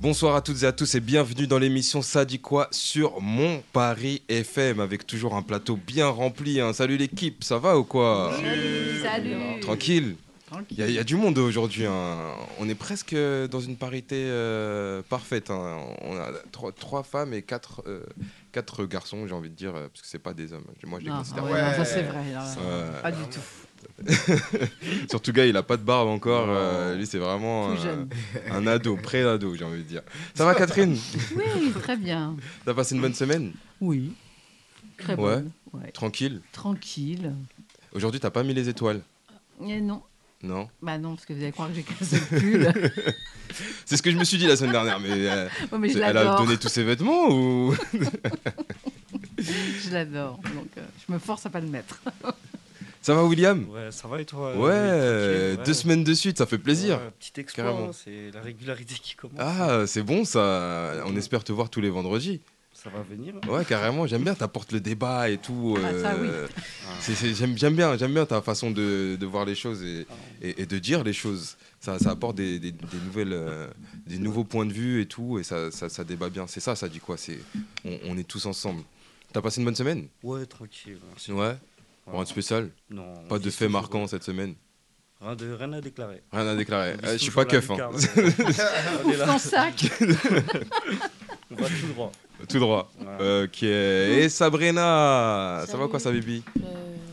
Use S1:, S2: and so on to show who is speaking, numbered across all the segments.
S1: Bonsoir à toutes et à tous et bienvenue dans l'émission Ça dit quoi sur Mon Paris FM avec toujours un plateau bien rempli. hein. Salut l'équipe, ça va ou quoi
S2: Salut.
S1: Tranquille il y, a- il y a du monde aujourd'hui. hein. On est presque euh, dans une parité euh, parfaite. hein. On a trois, trois femmes et quatre, euh, quatre garçons, j'ai envie de dire, euh, parce que c'est pas des hommes. Moi, je les
S3: Non,
S1: considère
S3: ah
S1: pas.
S3: ouais, non, ça, c'est vrai, là.
S1: Ouais.
S3: Pas du tout.
S1: Surtout gars, il a pas de barbe encore. euh, lui, c'est vraiment
S3: Tout
S1: euh,
S3: jeune.
S1: un ado, pré-ado, j'ai envie de dire. Ça va, Catherine
S3: Oui, très bien.
S1: T'as passé une bonne semaine
S3: Oui. Très
S1: Ouais.
S3: bonne. Ouais.
S1: Tranquille.
S3: Tranquille.
S1: Aujourd'hui, t'as pas mis les étoiles
S3: Et non.
S1: Non
S3: Bah non, parce que vous allez croire que j'ai cassé le pull.
S1: C'est ce que je me suis dit la semaine dernière, mais, euh,
S3: Ouais, Oh, mais je
S1: elle a
S3: l'adore.
S1: donné tous ses vêtements ou
S3: Je l'adore. Donc, euh, je me force à pas le mettre.
S1: Ça va, William
S4: Ouais, ça va et toi
S1: Ouais,
S4: euh, oui, tranquille, ouais.
S1: deux semaines de suite, ça fait plaisir.
S4: Ouais, petit exploit,
S1: Carrément.
S4: hein, c'est la régularité qui commence.
S1: Ah, c'est bon ça. On espère te voir tous les vendredis.
S4: Ça va venir. hein.
S1: Ouais, carrément, j'aime bien, t'apportes le débat et tout.
S3: Ah, ça, oui.
S1: euh, c'est- c'est- j'aime, j'aime bien, j'aime bien ta façon de, de voir les choses et, et- et de dire les choses. Ça, ça apporte des, des- des nouvelles, euh, des nouveaux points de vue et tout, et ça, ça, ça débat bien. C'est ça, ça dit quoi c'est, on, on est tous ensemble. T'as passé une bonne semaine
S4: Ouais, tranquille. merci.
S1: Ouais. Rien de spécial,
S4: Non,
S1: pas
S4: on
S1: de
S4: dit
S1: fait
S4: toujours-
S1: marquant cette semaine.
S4: Rien, de, rien à déclarer.
S1: Rien à déclarer.
S4: On vise
S1: Euh, je suis
S4: toujours
S1: pas
S4: la
S1: keuf. hein.
S4: lucarne. on est
S3: Ouvre ton
S4: là,
S3: sac.
S4: on va tout droit.
S1: Tout droit.
S4: Ouais.
S1: Ok. Et Sabrina Ça va
S5: Salut.
S1: quoi, sa bibi
S5: Euh,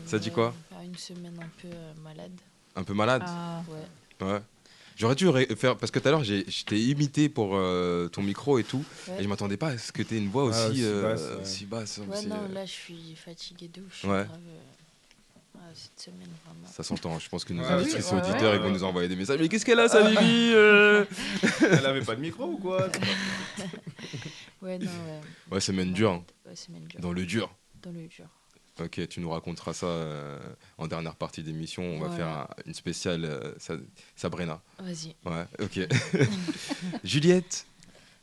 S1: Ça dit quoi
S5: bah, Une semaine un peu euh, malade.
S1: Un peu malade
S3: Ah,
S5: Ouais.
S1: Ouais. J'aurais dû ré- faire. Parce que tout à l'heure, j'ai- je t'ai imité pour euh, ton micro et tout.
S5: Ouais.
S1: Et je m'attendais pas à ce que t'aies une voix
S6: Ah,
S1: aussi,
S6: aussi
S1: euh,
S6: basse, ouais.
S1: aussi basse.
S5: Ouais,
S1: aussi,
S5: non,
S1: euh,
S5: là je suis fatiguée de ouf. je suis
S1: Ouais.
S5: grave, euh, ah, cette semaine, vraiment.
S1: Ça s'entend. hein, Je pense que nos
S6: Ouais,
S1: auditrices
S3: oui,
S1: et
S3: ouais,
S1: auditeurs
S6: ouais.
S1: ils vont nous envoyer des messages. Mais qu'est-ce qu'elle a, sa bibi euh
S6: Elle avait pas de micro ou quoi
S5: Ouais, non, ouais.
S1: Ouais, semaine dure. hein.
S5: Ouais, semaine dure.
S1: Dans le dur.
S5: Dans le dur.
S1: Ok, tu nous raconteras ça euh, en dernière partie d'émission. On va
S5: Voilà.
S1: faire un- une spéciale euh, Sa- Sabrina.
S5: Vas-y.
S1: Ouais, ok. Juliette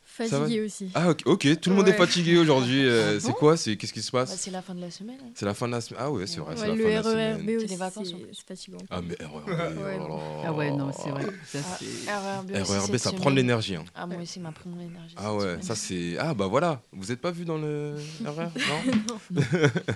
S7: Fatigué aussi.
S1: Ah ok, ok, tout le monde
S3: Ouais.
S1: est fatigué aujourd'hui. euh,
S3: Ah
S1: c'est
S3: bon
S1: quoi C'est qu'est-ce qui se
S5: Bah,
S1: passe
S5: c'est la fin de la semaine. hein.
S1: C'est la fin de la semaine. Ah ouais, c'est vrai,
S7: Ouais,
S1: c'est la fin de
S7: le
S1: la
S5: E
S3: E
S1: semaine.
S7: RERB
S5: C'est les
S7: aussi,
S5: vacances, en
S7: c'est
S5: plus.
S7: c'est fatigant.
S1: Ah mais RERB,
S7: Ouais,
S1: oh là là.
S3: Ah ouais, non, c'est vrai. Ça,
S5: Ah,
S3: c'est-
S5: RERB, aussi,
S1: RERB,
S5: cette
S1: ça
S5: semaine.
S1: prend de l'énergie. hein.
S5: Ah, moi aussi, m'a pris mon énergie.
S1: Ah
S5: cette
S1: ouais,
S5: semaine.
S1: ça c'est. Ah bah voilà, vous êtes pas vu dans le RER Non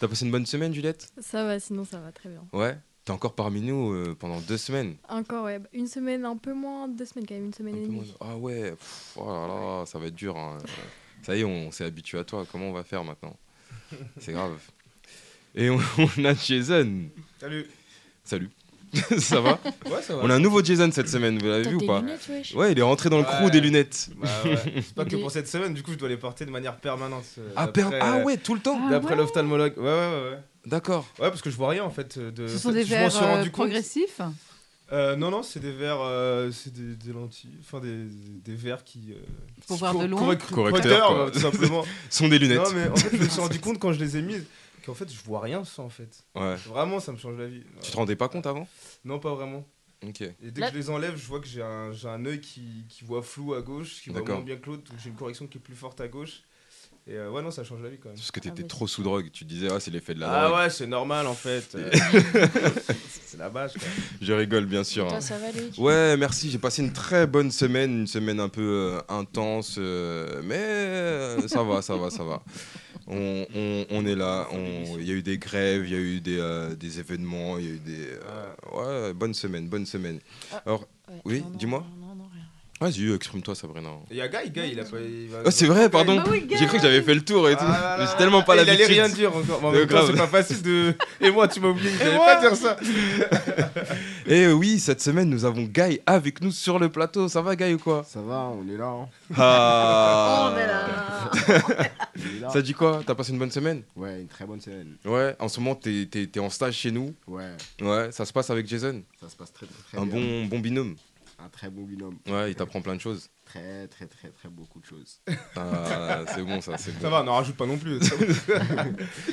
S1: T'as passé une bonne semaine, Juliette
S7: Ça va, sinon ça va très bien.
S1: Ouais T'es encore parmi nous euh, pendant deux semaines.
S7: Encore, ouais, bah, une semaine, un peu moins, deux semaines quand même, une
S1: Un
S7: semaine et
S1: peu moins
S7: demie.
S1: de- Ah ouais, pff, oh là là, ça va être dur. hein. Ça y est, on s'est habitué à toi. Comment on va faire maintenant C'est grave. Et on, on a Jason.
S6: Salut.
S1: Salut. ça va
S6: Ouais, ça va.
S1: On a un nouveau Jason cette semaine, vous l'avez
S5: T'as
S1: vu ou
S5: des
S1: pas
S5: lunettes, wesh
S1: Ouais, il est rentré dans le crew
S6: Ouais.
S1: des lunettes.
S6: Bah ouais. C'est pas que
S5: Mais-
S6: pour cette semaine, du coup, je dois les porter de manière permanente. euh,
S1: Ah,
S6: d'après-
S1: per- ah ouais, tout le temps
S3: Ah
S6: D'après
S3: ouais.
S6: l'ophtalmologue. Ouais, ouais, ouais, ouais.
S1: D'accord.
S6: Ouais, parce que je vois rien en fait. euh, De...
S3: Ce sont
S6: en fait,
S3: des
S6: je m'en
S3: verres
S6: suis
S3: euh,
S6: rendu compte.
S3: progressifs.
S6: Euh, non, non, c'est des verres. euh, c'est des, des lentilles. Enfin, des, des verres qui. euh,
S3: Pour voir de loin.
S1: Correcteur,
S6: Correcteur,
S1: quoi.
S6: bah, tout simplement.
S1: Sont des lunettes.
S6: non, mais en fait, je me suis rendu compte quand je les ai mises qu'en fait, je vois rien sans en fait.
S1: Ouais.
S6: Vraiment, ça me change la vie.
S1: Tu te rendais pas compte avant
S6: Non, pas vraiment.
S1: Ok.
S6: Et dès
S5: Là-
S6: que je les enlève, je vois que j'ai un, j'ai un œil qui, qui voit flou à gauche, qui voit
S1: D'accord.
S6: moins bien que l'autre, donc j'ai une correction qui est plus forte à gauche. Et euh, ouais, non, ça change la vie quand même.
S1: Parce que t'étais
S5: Ah, bah,
S1: trop sous drogue. Tu disais, ah, c'est l'effet de la
S6: Ah
S1: drogue.
S6: ouais, c'est normal en fait. euh. c'est la base quoi.
S1: Je rigole, bien sûr. hein.
S5: Toi, ça va, Loïc
S1: Ouais, merci. J'ai passé une très bonne semaine, une semaine un peu euh, intense, euh, mais euh, ça va, ça va, ça va. On, on- on est là. on- Il y a eu des grèves, il y a eu des, euh, des événements, il y a eu des. euh, ouais, bonne semaine, bonne semaine.
S5: Ah. Ouais,
S1: Oui,
S5: non, non,
S1: dis-moi.
S5: Non, non, non, rien.
S1: Vas-y, exprime-toi, Sabrina.
S6: Et y a Guy, Guy, il a pas. il va-
S1: Oh, c'est vrai, pardon.
S3: Bah oui, gars.
S1: J'ai cru que j'avais fait le tour et tout.
S6: Ah,
S1: J'ai tellement pas
S6: il allait
S1: l'habitude.
S6: rien dire encore. Mais en
S1: C'est
S6: même temps,
S1: grave.
S6: c'est pas facile de. Et moi, tu m'as oublié, Et j'allais
S1: moi
S6: pas dire ça.
S1: Et euh, oui, cette semaine, nous avons Guy avec nous sur le plateau. Ça va, Guy, ou quoi
S8: Ça va, on est là. hein.
S1: Ah
S3: Oh, mais là.
S8: On est là.
S1: Ça dit quoi T'as passé une bonne semaine
S8: Ouais, une très bonne semaine.
S1: Ouais, en ce moment, t'es t'es- t'es en stage chez nous.
S8: Ouais,
S1: Ouais, ça se passe avec Jason.
S8: ça se passe très très très
S1: Un
S8: bien.
S1: bon, bon binôme.
S8: un très bon binôme.
S1: Ouais, il t'apprend plein de choses.
S8: Très, très, très, très beaucoup de choses.
S1: Ah, c'est bon, ça, c'est bon.
S6: Ça va, n'en rajoute pas non plus.
S1: Et,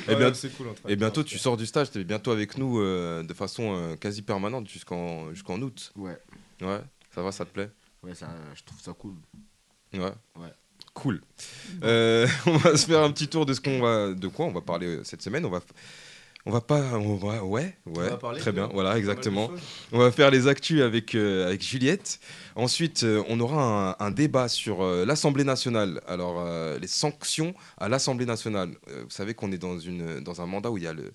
S6: Ouais,
S1: bien-
S6: c'est cool. en tout cas.
S1: et bientôt, tu sors du stage, t'es bientôt avec nous euh, de façon euh, quasi permanente jusqu'en jusqu'en août.
S8: Ouais,
S1: Ouais, ça va, ça te plaît
S8: ouais, ça, je trouve ça cool.
S1: Ouais.
S8: Ouais.
S1: Cool. Euh, on va se faire un petit tour de ce qu'on va, de quoi on va parler euh, cette semaine. On va, on va pas, on va- ouais, ouais,
S6: va parler
S1: très
S6: de-
S1: bien. Voilà,
S6: Pas mal de
S1: exactement.
S6: choses.
S1: On va faire les actus avec, euh, avec Juliette. Ensuite, euh, on aura un, un débat sur euh, l'Assemblée nationale. Alors, euh, les sanctions à l'Assemblée nationale. Euh, vous savez qu'on est dans, une, dans un mandat où il y a le,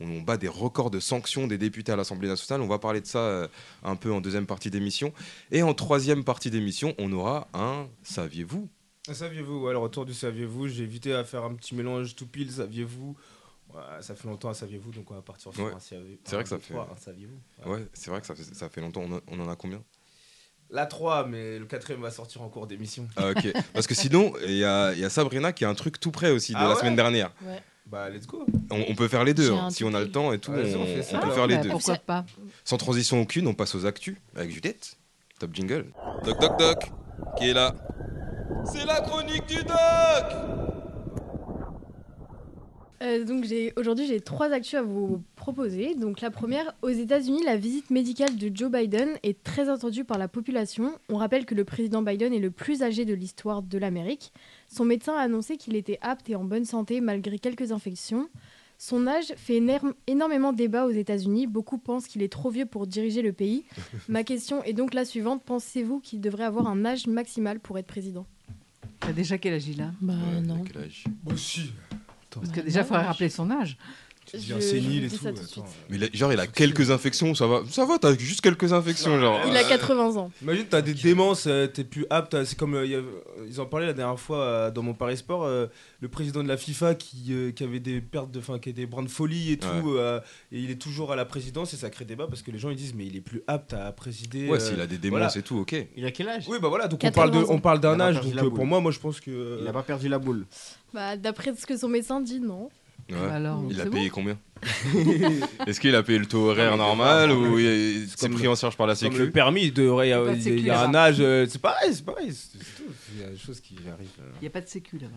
S1: où on bat des records de sanctions des députés à l'Assemblée nationale. On va parler de ça euh, un peu en deuxième partie d'émission. Et en troisième partie d'émission, on aura un Saviez-vous
S6: Un Ah, Saviez-vous Ouais, le retour du saviez-vous. J'ai évité à faire un petit mélange tout pile, saviez-vous. Ouais, ça fait longtemps un saviez-vous, donc on va partir sur
S1: Ouais.
S6: un saviez-vous.
S1: C'est vrai que ça
S6: deux,
S1: fait-
S6: trois, un saviez-vous. Ouais.
S1: Ouais, c'est vrai que ça fait, ça fait longtemps. On, en- on en a combien
S6: La 3, mais le quatrième va sortir en cours d'émission.
S1: Ah, ok. Parce que sinon, il y a, il y a Sabrina qui a un truc tout prêt aussi de
S6: Ah
S1: la
S6: ouais
S1: semaine dernière.
S5: Ouais.
S6: Bah, let's go.
S1: On, on peut faire les deux.
S5: J'ai
S1: hein.
S5: un
S1: Si
S5: tout
S1: on a le
S5: pile.
S1: temps et tout,
S6: Vas-y,
S1: on,
S6: on fait ça.
S1: on peut
S6: Ah,
S1: faire les
S3: Bah,
S1: deux.
S3: Pourquoi pas
S1: Sans transition aucune, on passe aux actus avec Judith. Top jingle. Doc Doc Doc, qui est là C'est la chronique du Doc
S7: Euh, donc j'ai- aujourd'hui j'ai trois actus à vous proposer. Donc la première, aux États-Unis, la visite médicale de Joe Biden est très attendue par la population. On rappelle que le président Biden est le plus âgé de l'histoire de l'Amérique. Son médecin a annoncé qu'il était apte et en bonne santé malgré quelques infections. Son âge fait éner- énormément débat aux États-Unis. Beaucoup pensent qu'il est trop vieux pour diriger le pays. Ma question est donc la suivante pensez-vous qu'il devrait avoir un âge maximal pour être président
S3: T'as déjà quel âge il a
S5: Bah non.
S1: Quel âge
S6: Bah, si.
S3: Parce que
S5: Bah,
S3: déjà, il
S5: non,
S3: faudrait
S5: je-
S3: rappeler son âge.
S6: Tu deviens
S7: Je-
S6: sénile
S7: je
S6: et
S7: dis
S6: tout.
S7: ça tout de
S6: attends.
S1: Mais il a- genre, il a quelques infections, ça va Ça va, t'as juste quelques infections,
S6: Ah
S1: genre.
S7: Il a
S1: Euh,
S7: 80 ans.
S6: Imagine, t'as des démences, euh, t'es plus apte. à- C'est comme euh, il y a- ils en parlaient la dernière fois euh, dans mon Paris Sport, euh, le président de la FIFA qui, euh, qui avait des pertes de, fin, qui avait des brins de folie et tout,
S1: Ouais.
S6: euh, et il est toujours à la présidence et ça crée débat parce que les gens ils disent mais il est plus apte à présider.
S1: Ouais,
S6: euh,
S1: s'il a des démons,
S6: voilà.
S1: c'est tout, ok.
S8: Il a quel âge
S6: Oui, bah voilà, donc on
S7: 80
S6: parle de, on parle
S8: Il
S6: d'un
S8: a
S6: âge.
S8: perdu
S6: Donc
S8: la
S6: euh,
S8: boule.
S6: pour moi, moi je pense que euh,
S8: Il a pas perdu la boule.
S7: Bah, D'après ce que son médecin dit, non. Bah
S1: Ouais.
S3: Alors,
S1: Il a
S3: c'est bon.
S1: payé combien Est-ce qu'il a payé le taux horaire normal ou il a- il s'est
S6: comme-
S1: pris en charge par la
S6: comme le
S1: sécu
S6: permis, il devrait y a-
S3: Bah,
S6: il y
S3: c'est
S6: a, il y a
S3: clair.
S6: un âge. euh, c'est pareil, c'est pareil. C'est c'est tout. Il y a des choses qui arrivent. euh.
S3: Il n'y a pas de sécu là-bas.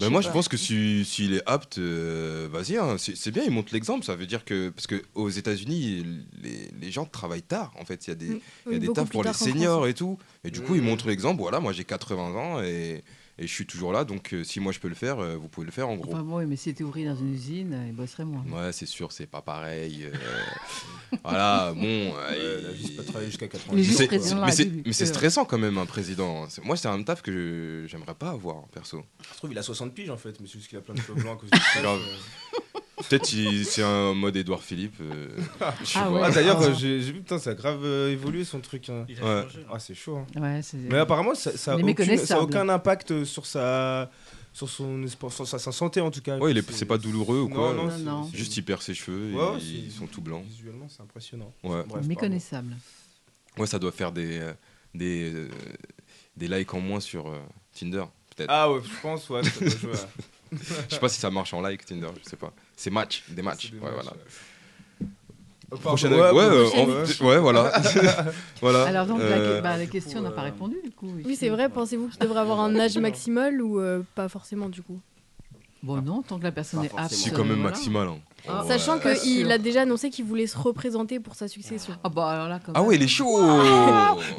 S1: Bah,
S5: sais
S1: moi, je
S5: pas.
S1: pense que si- s'il est apte, euh, vas-y, hein, c'est c'est bien, il montre l'exemple. Ça veut dire que, parce qu'aux États-Unis, les, les gens travaillent tard, en fait. Il y a des,
S7: Mm.
S1: il y a
S7: Oui,
S1: des
S7: beaucoup
S1: tafs
S7: plus
S1: pour les
S7: tard qu'en
S1: seniors et tout. Et du coup,
S6: Mm.
S1: ils montrent l'exemple. Voilà, moi, j'ai 80 ans et, et je suis toujours là. Donc, euh, si moi, je peux le faire, euh, vous pouvez le faire, en gros.
S3: Enfin, bon, mais si était ouvrier dans une usine, euh, il bosserait moins.
S1: Ouais, c'est sûr, c'est pas pareil. euh, voilà, bon. euh,
S6: Ouais, la vie, c'est pas travailler jusqu'à 80
S3: Mais
S1: mais
S3: juste
S1: c'est-
S3: président de la
S1: mais c'est-
S3: République,
S1: mais c'est
S3: euh.
S1: stressant quand même un président. C'est- Moi c'est un taf que je- j'aimerais pas avoir perso.
S6: Je trouve il a 60 piges en fait, mais c'est juste qu'il a plein de cheveux blancs à cause du stress,
S1: Grave.
S6: euh.
S1: Peut-être il- c'est un mode Édouard Philippe. euh, je sais
S3: Ah
S1: pas.
S3: ouais.
S6: Ah d'ailleurs
S3: Ah.
S6: euh, j'ai j'ai vu putain ça a grave euh, évolué son truc. hein.
S4: Il
S1: Ouais.
S4: a changé.
S6: Ah c'est chaud. hein.
S3: Ouais, c'est.
S6: Mais apparemment ça, ça a
S3: Il est
S6: aucune-
S3: méconnaissable.
S6: ça a aucun impact euh, sur sa sur son espo- sur sa, sa santé en tout cas.
S1: Ouais, il est- c'est pas douloureux ou quoi.
S6: Non
S3: Non,
S6: non,
S3: non.
S6: c'est-
S1: Juste
S6: c'est-
S1: il perd ses cheveux,
S6: Ouais, ouais,
S1: ils, ils
S6: c'est-
S1: sont tout blancs.
S6: Visuellement c'est impressionnant.
S1: Ouais.
S6: Bref, pardon.
S3: Méconnaissable.
S1: Ouais, ça doit faire des, euh, des, euh, des likes en moins sur euh, Tinder, peut-être.
S6: Ah ouais je pense ouais. ça doit jouer, ouais.
S1: Je sais pas si ça marche en like Tinder, je sais pas. C'est match, des matchs.
S6: C'est des
S1: ouais,
S6: matchs,
S1: voilà.
S6: ouais. Euh, pardon,
S1: Prochaine-
S6: ouais,
S1: ouais, euh,
S6: prochaine,
S1: en-
S6: ouais.
S1: ouais, voilà. voilà.
S3: Alors, donc,
S1: Euh,
S3: la, bah, la
S4: du
S3: question
S4: coup,
S3: n'a pas
S4: euh,
S3: répondu, du coup.
S7: Oui, c'est vrai. Pensez-vous qu'il devrait avoir un âge maximal ou euh, pas forcément du coup
S3: Bon, non, tant que la personne
S8: Pas
S3: est apte.
S8: forcément.
S1: Si, quand même
S3: euh, voilà.
S1: maximal. hein.
S3: Ah.
S1: Oh,
S7: Sachant
S1: ouais.
S3: Pas
S7: qu'il
S3: sûr.
S7: a déjà annoncé qu'il voulait se représenter pour sa succession.
S3: Ah, bah alors là, quand
S1: Ah ouais,
S3: même.
S1: il est chaud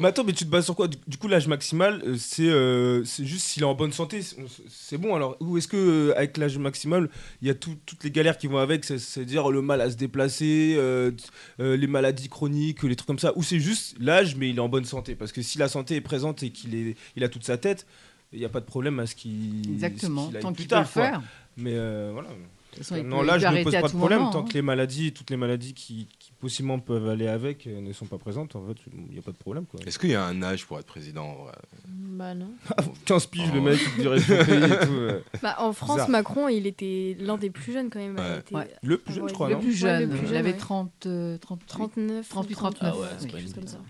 S6: Mais attends, mais tu te bases sur quoi Du du coup, l'âge maximal, euh, c'est euh, c'est juste s'il est en bonne santé, c'est- on- c'est bon. Alors, ou est-ce que euh, avec l'âge maximal, il y a tout- toutes les galères qui vont avec, c'est- c'est-à-dire le mal à se déplacer, euh, t- euh, les maladies chroniques, les trucs comme ça, ou c'est juste l'âge, mais il est en bonne santé Parce que si la santé est présente et qu'il est- il a toute sa tête, il n'y a pas de problème à ce qu'il
S3: Exactement,
S6: ce qu'il aille
S3: tant
S6: plus
S3: qu'il peut le
S6: tard, quoi.
S3: faire.
S6: Mais euh, voilà.
S3: De toute façon, il
S6: non,
S3: peut- il
S6: là,
S3: peut
S6: je ne me
S3: arrêter
S6: pose
S3: à
S6: pas de
S3: tout
S6: problème
S3: moment,
S6: tant
S3: hein.
S6: que les maladies, toutes les maladies qui, qui possiblement peuvent aller avec euh, ne sont pas présentes. En fait, il n'y a pas de problème. Quoi.
S1: Est-ce qu'il y a un âge pour être président en vrai
S5: Bah non.
S6: Ah, 15 piges,
S1: Oh.
S6: le mec, il dirait son pays et tout. euh.
S7: Bah, en France,
S6: Bizarre.
S7: Macron, il était l'un des plus jeunes quand même.
S1: Ouais.
S7: Il était
S3: Ouais.
S6: Le plus jeune, je crois,
S3: Le
S6: non
S3: plus
S7: Ouais, le
S3: jeune,
S7: plus
S3: il
S7: jeune,
S3: avait
S7: ouais.
S3: 30, euh, 30,
S7: 39,
S3: 38,
S7: 39,
S3: 39,
S5: ouais, c'est pas
S7: quelque chose
S5: une
S7: comme ça.
S5: idée.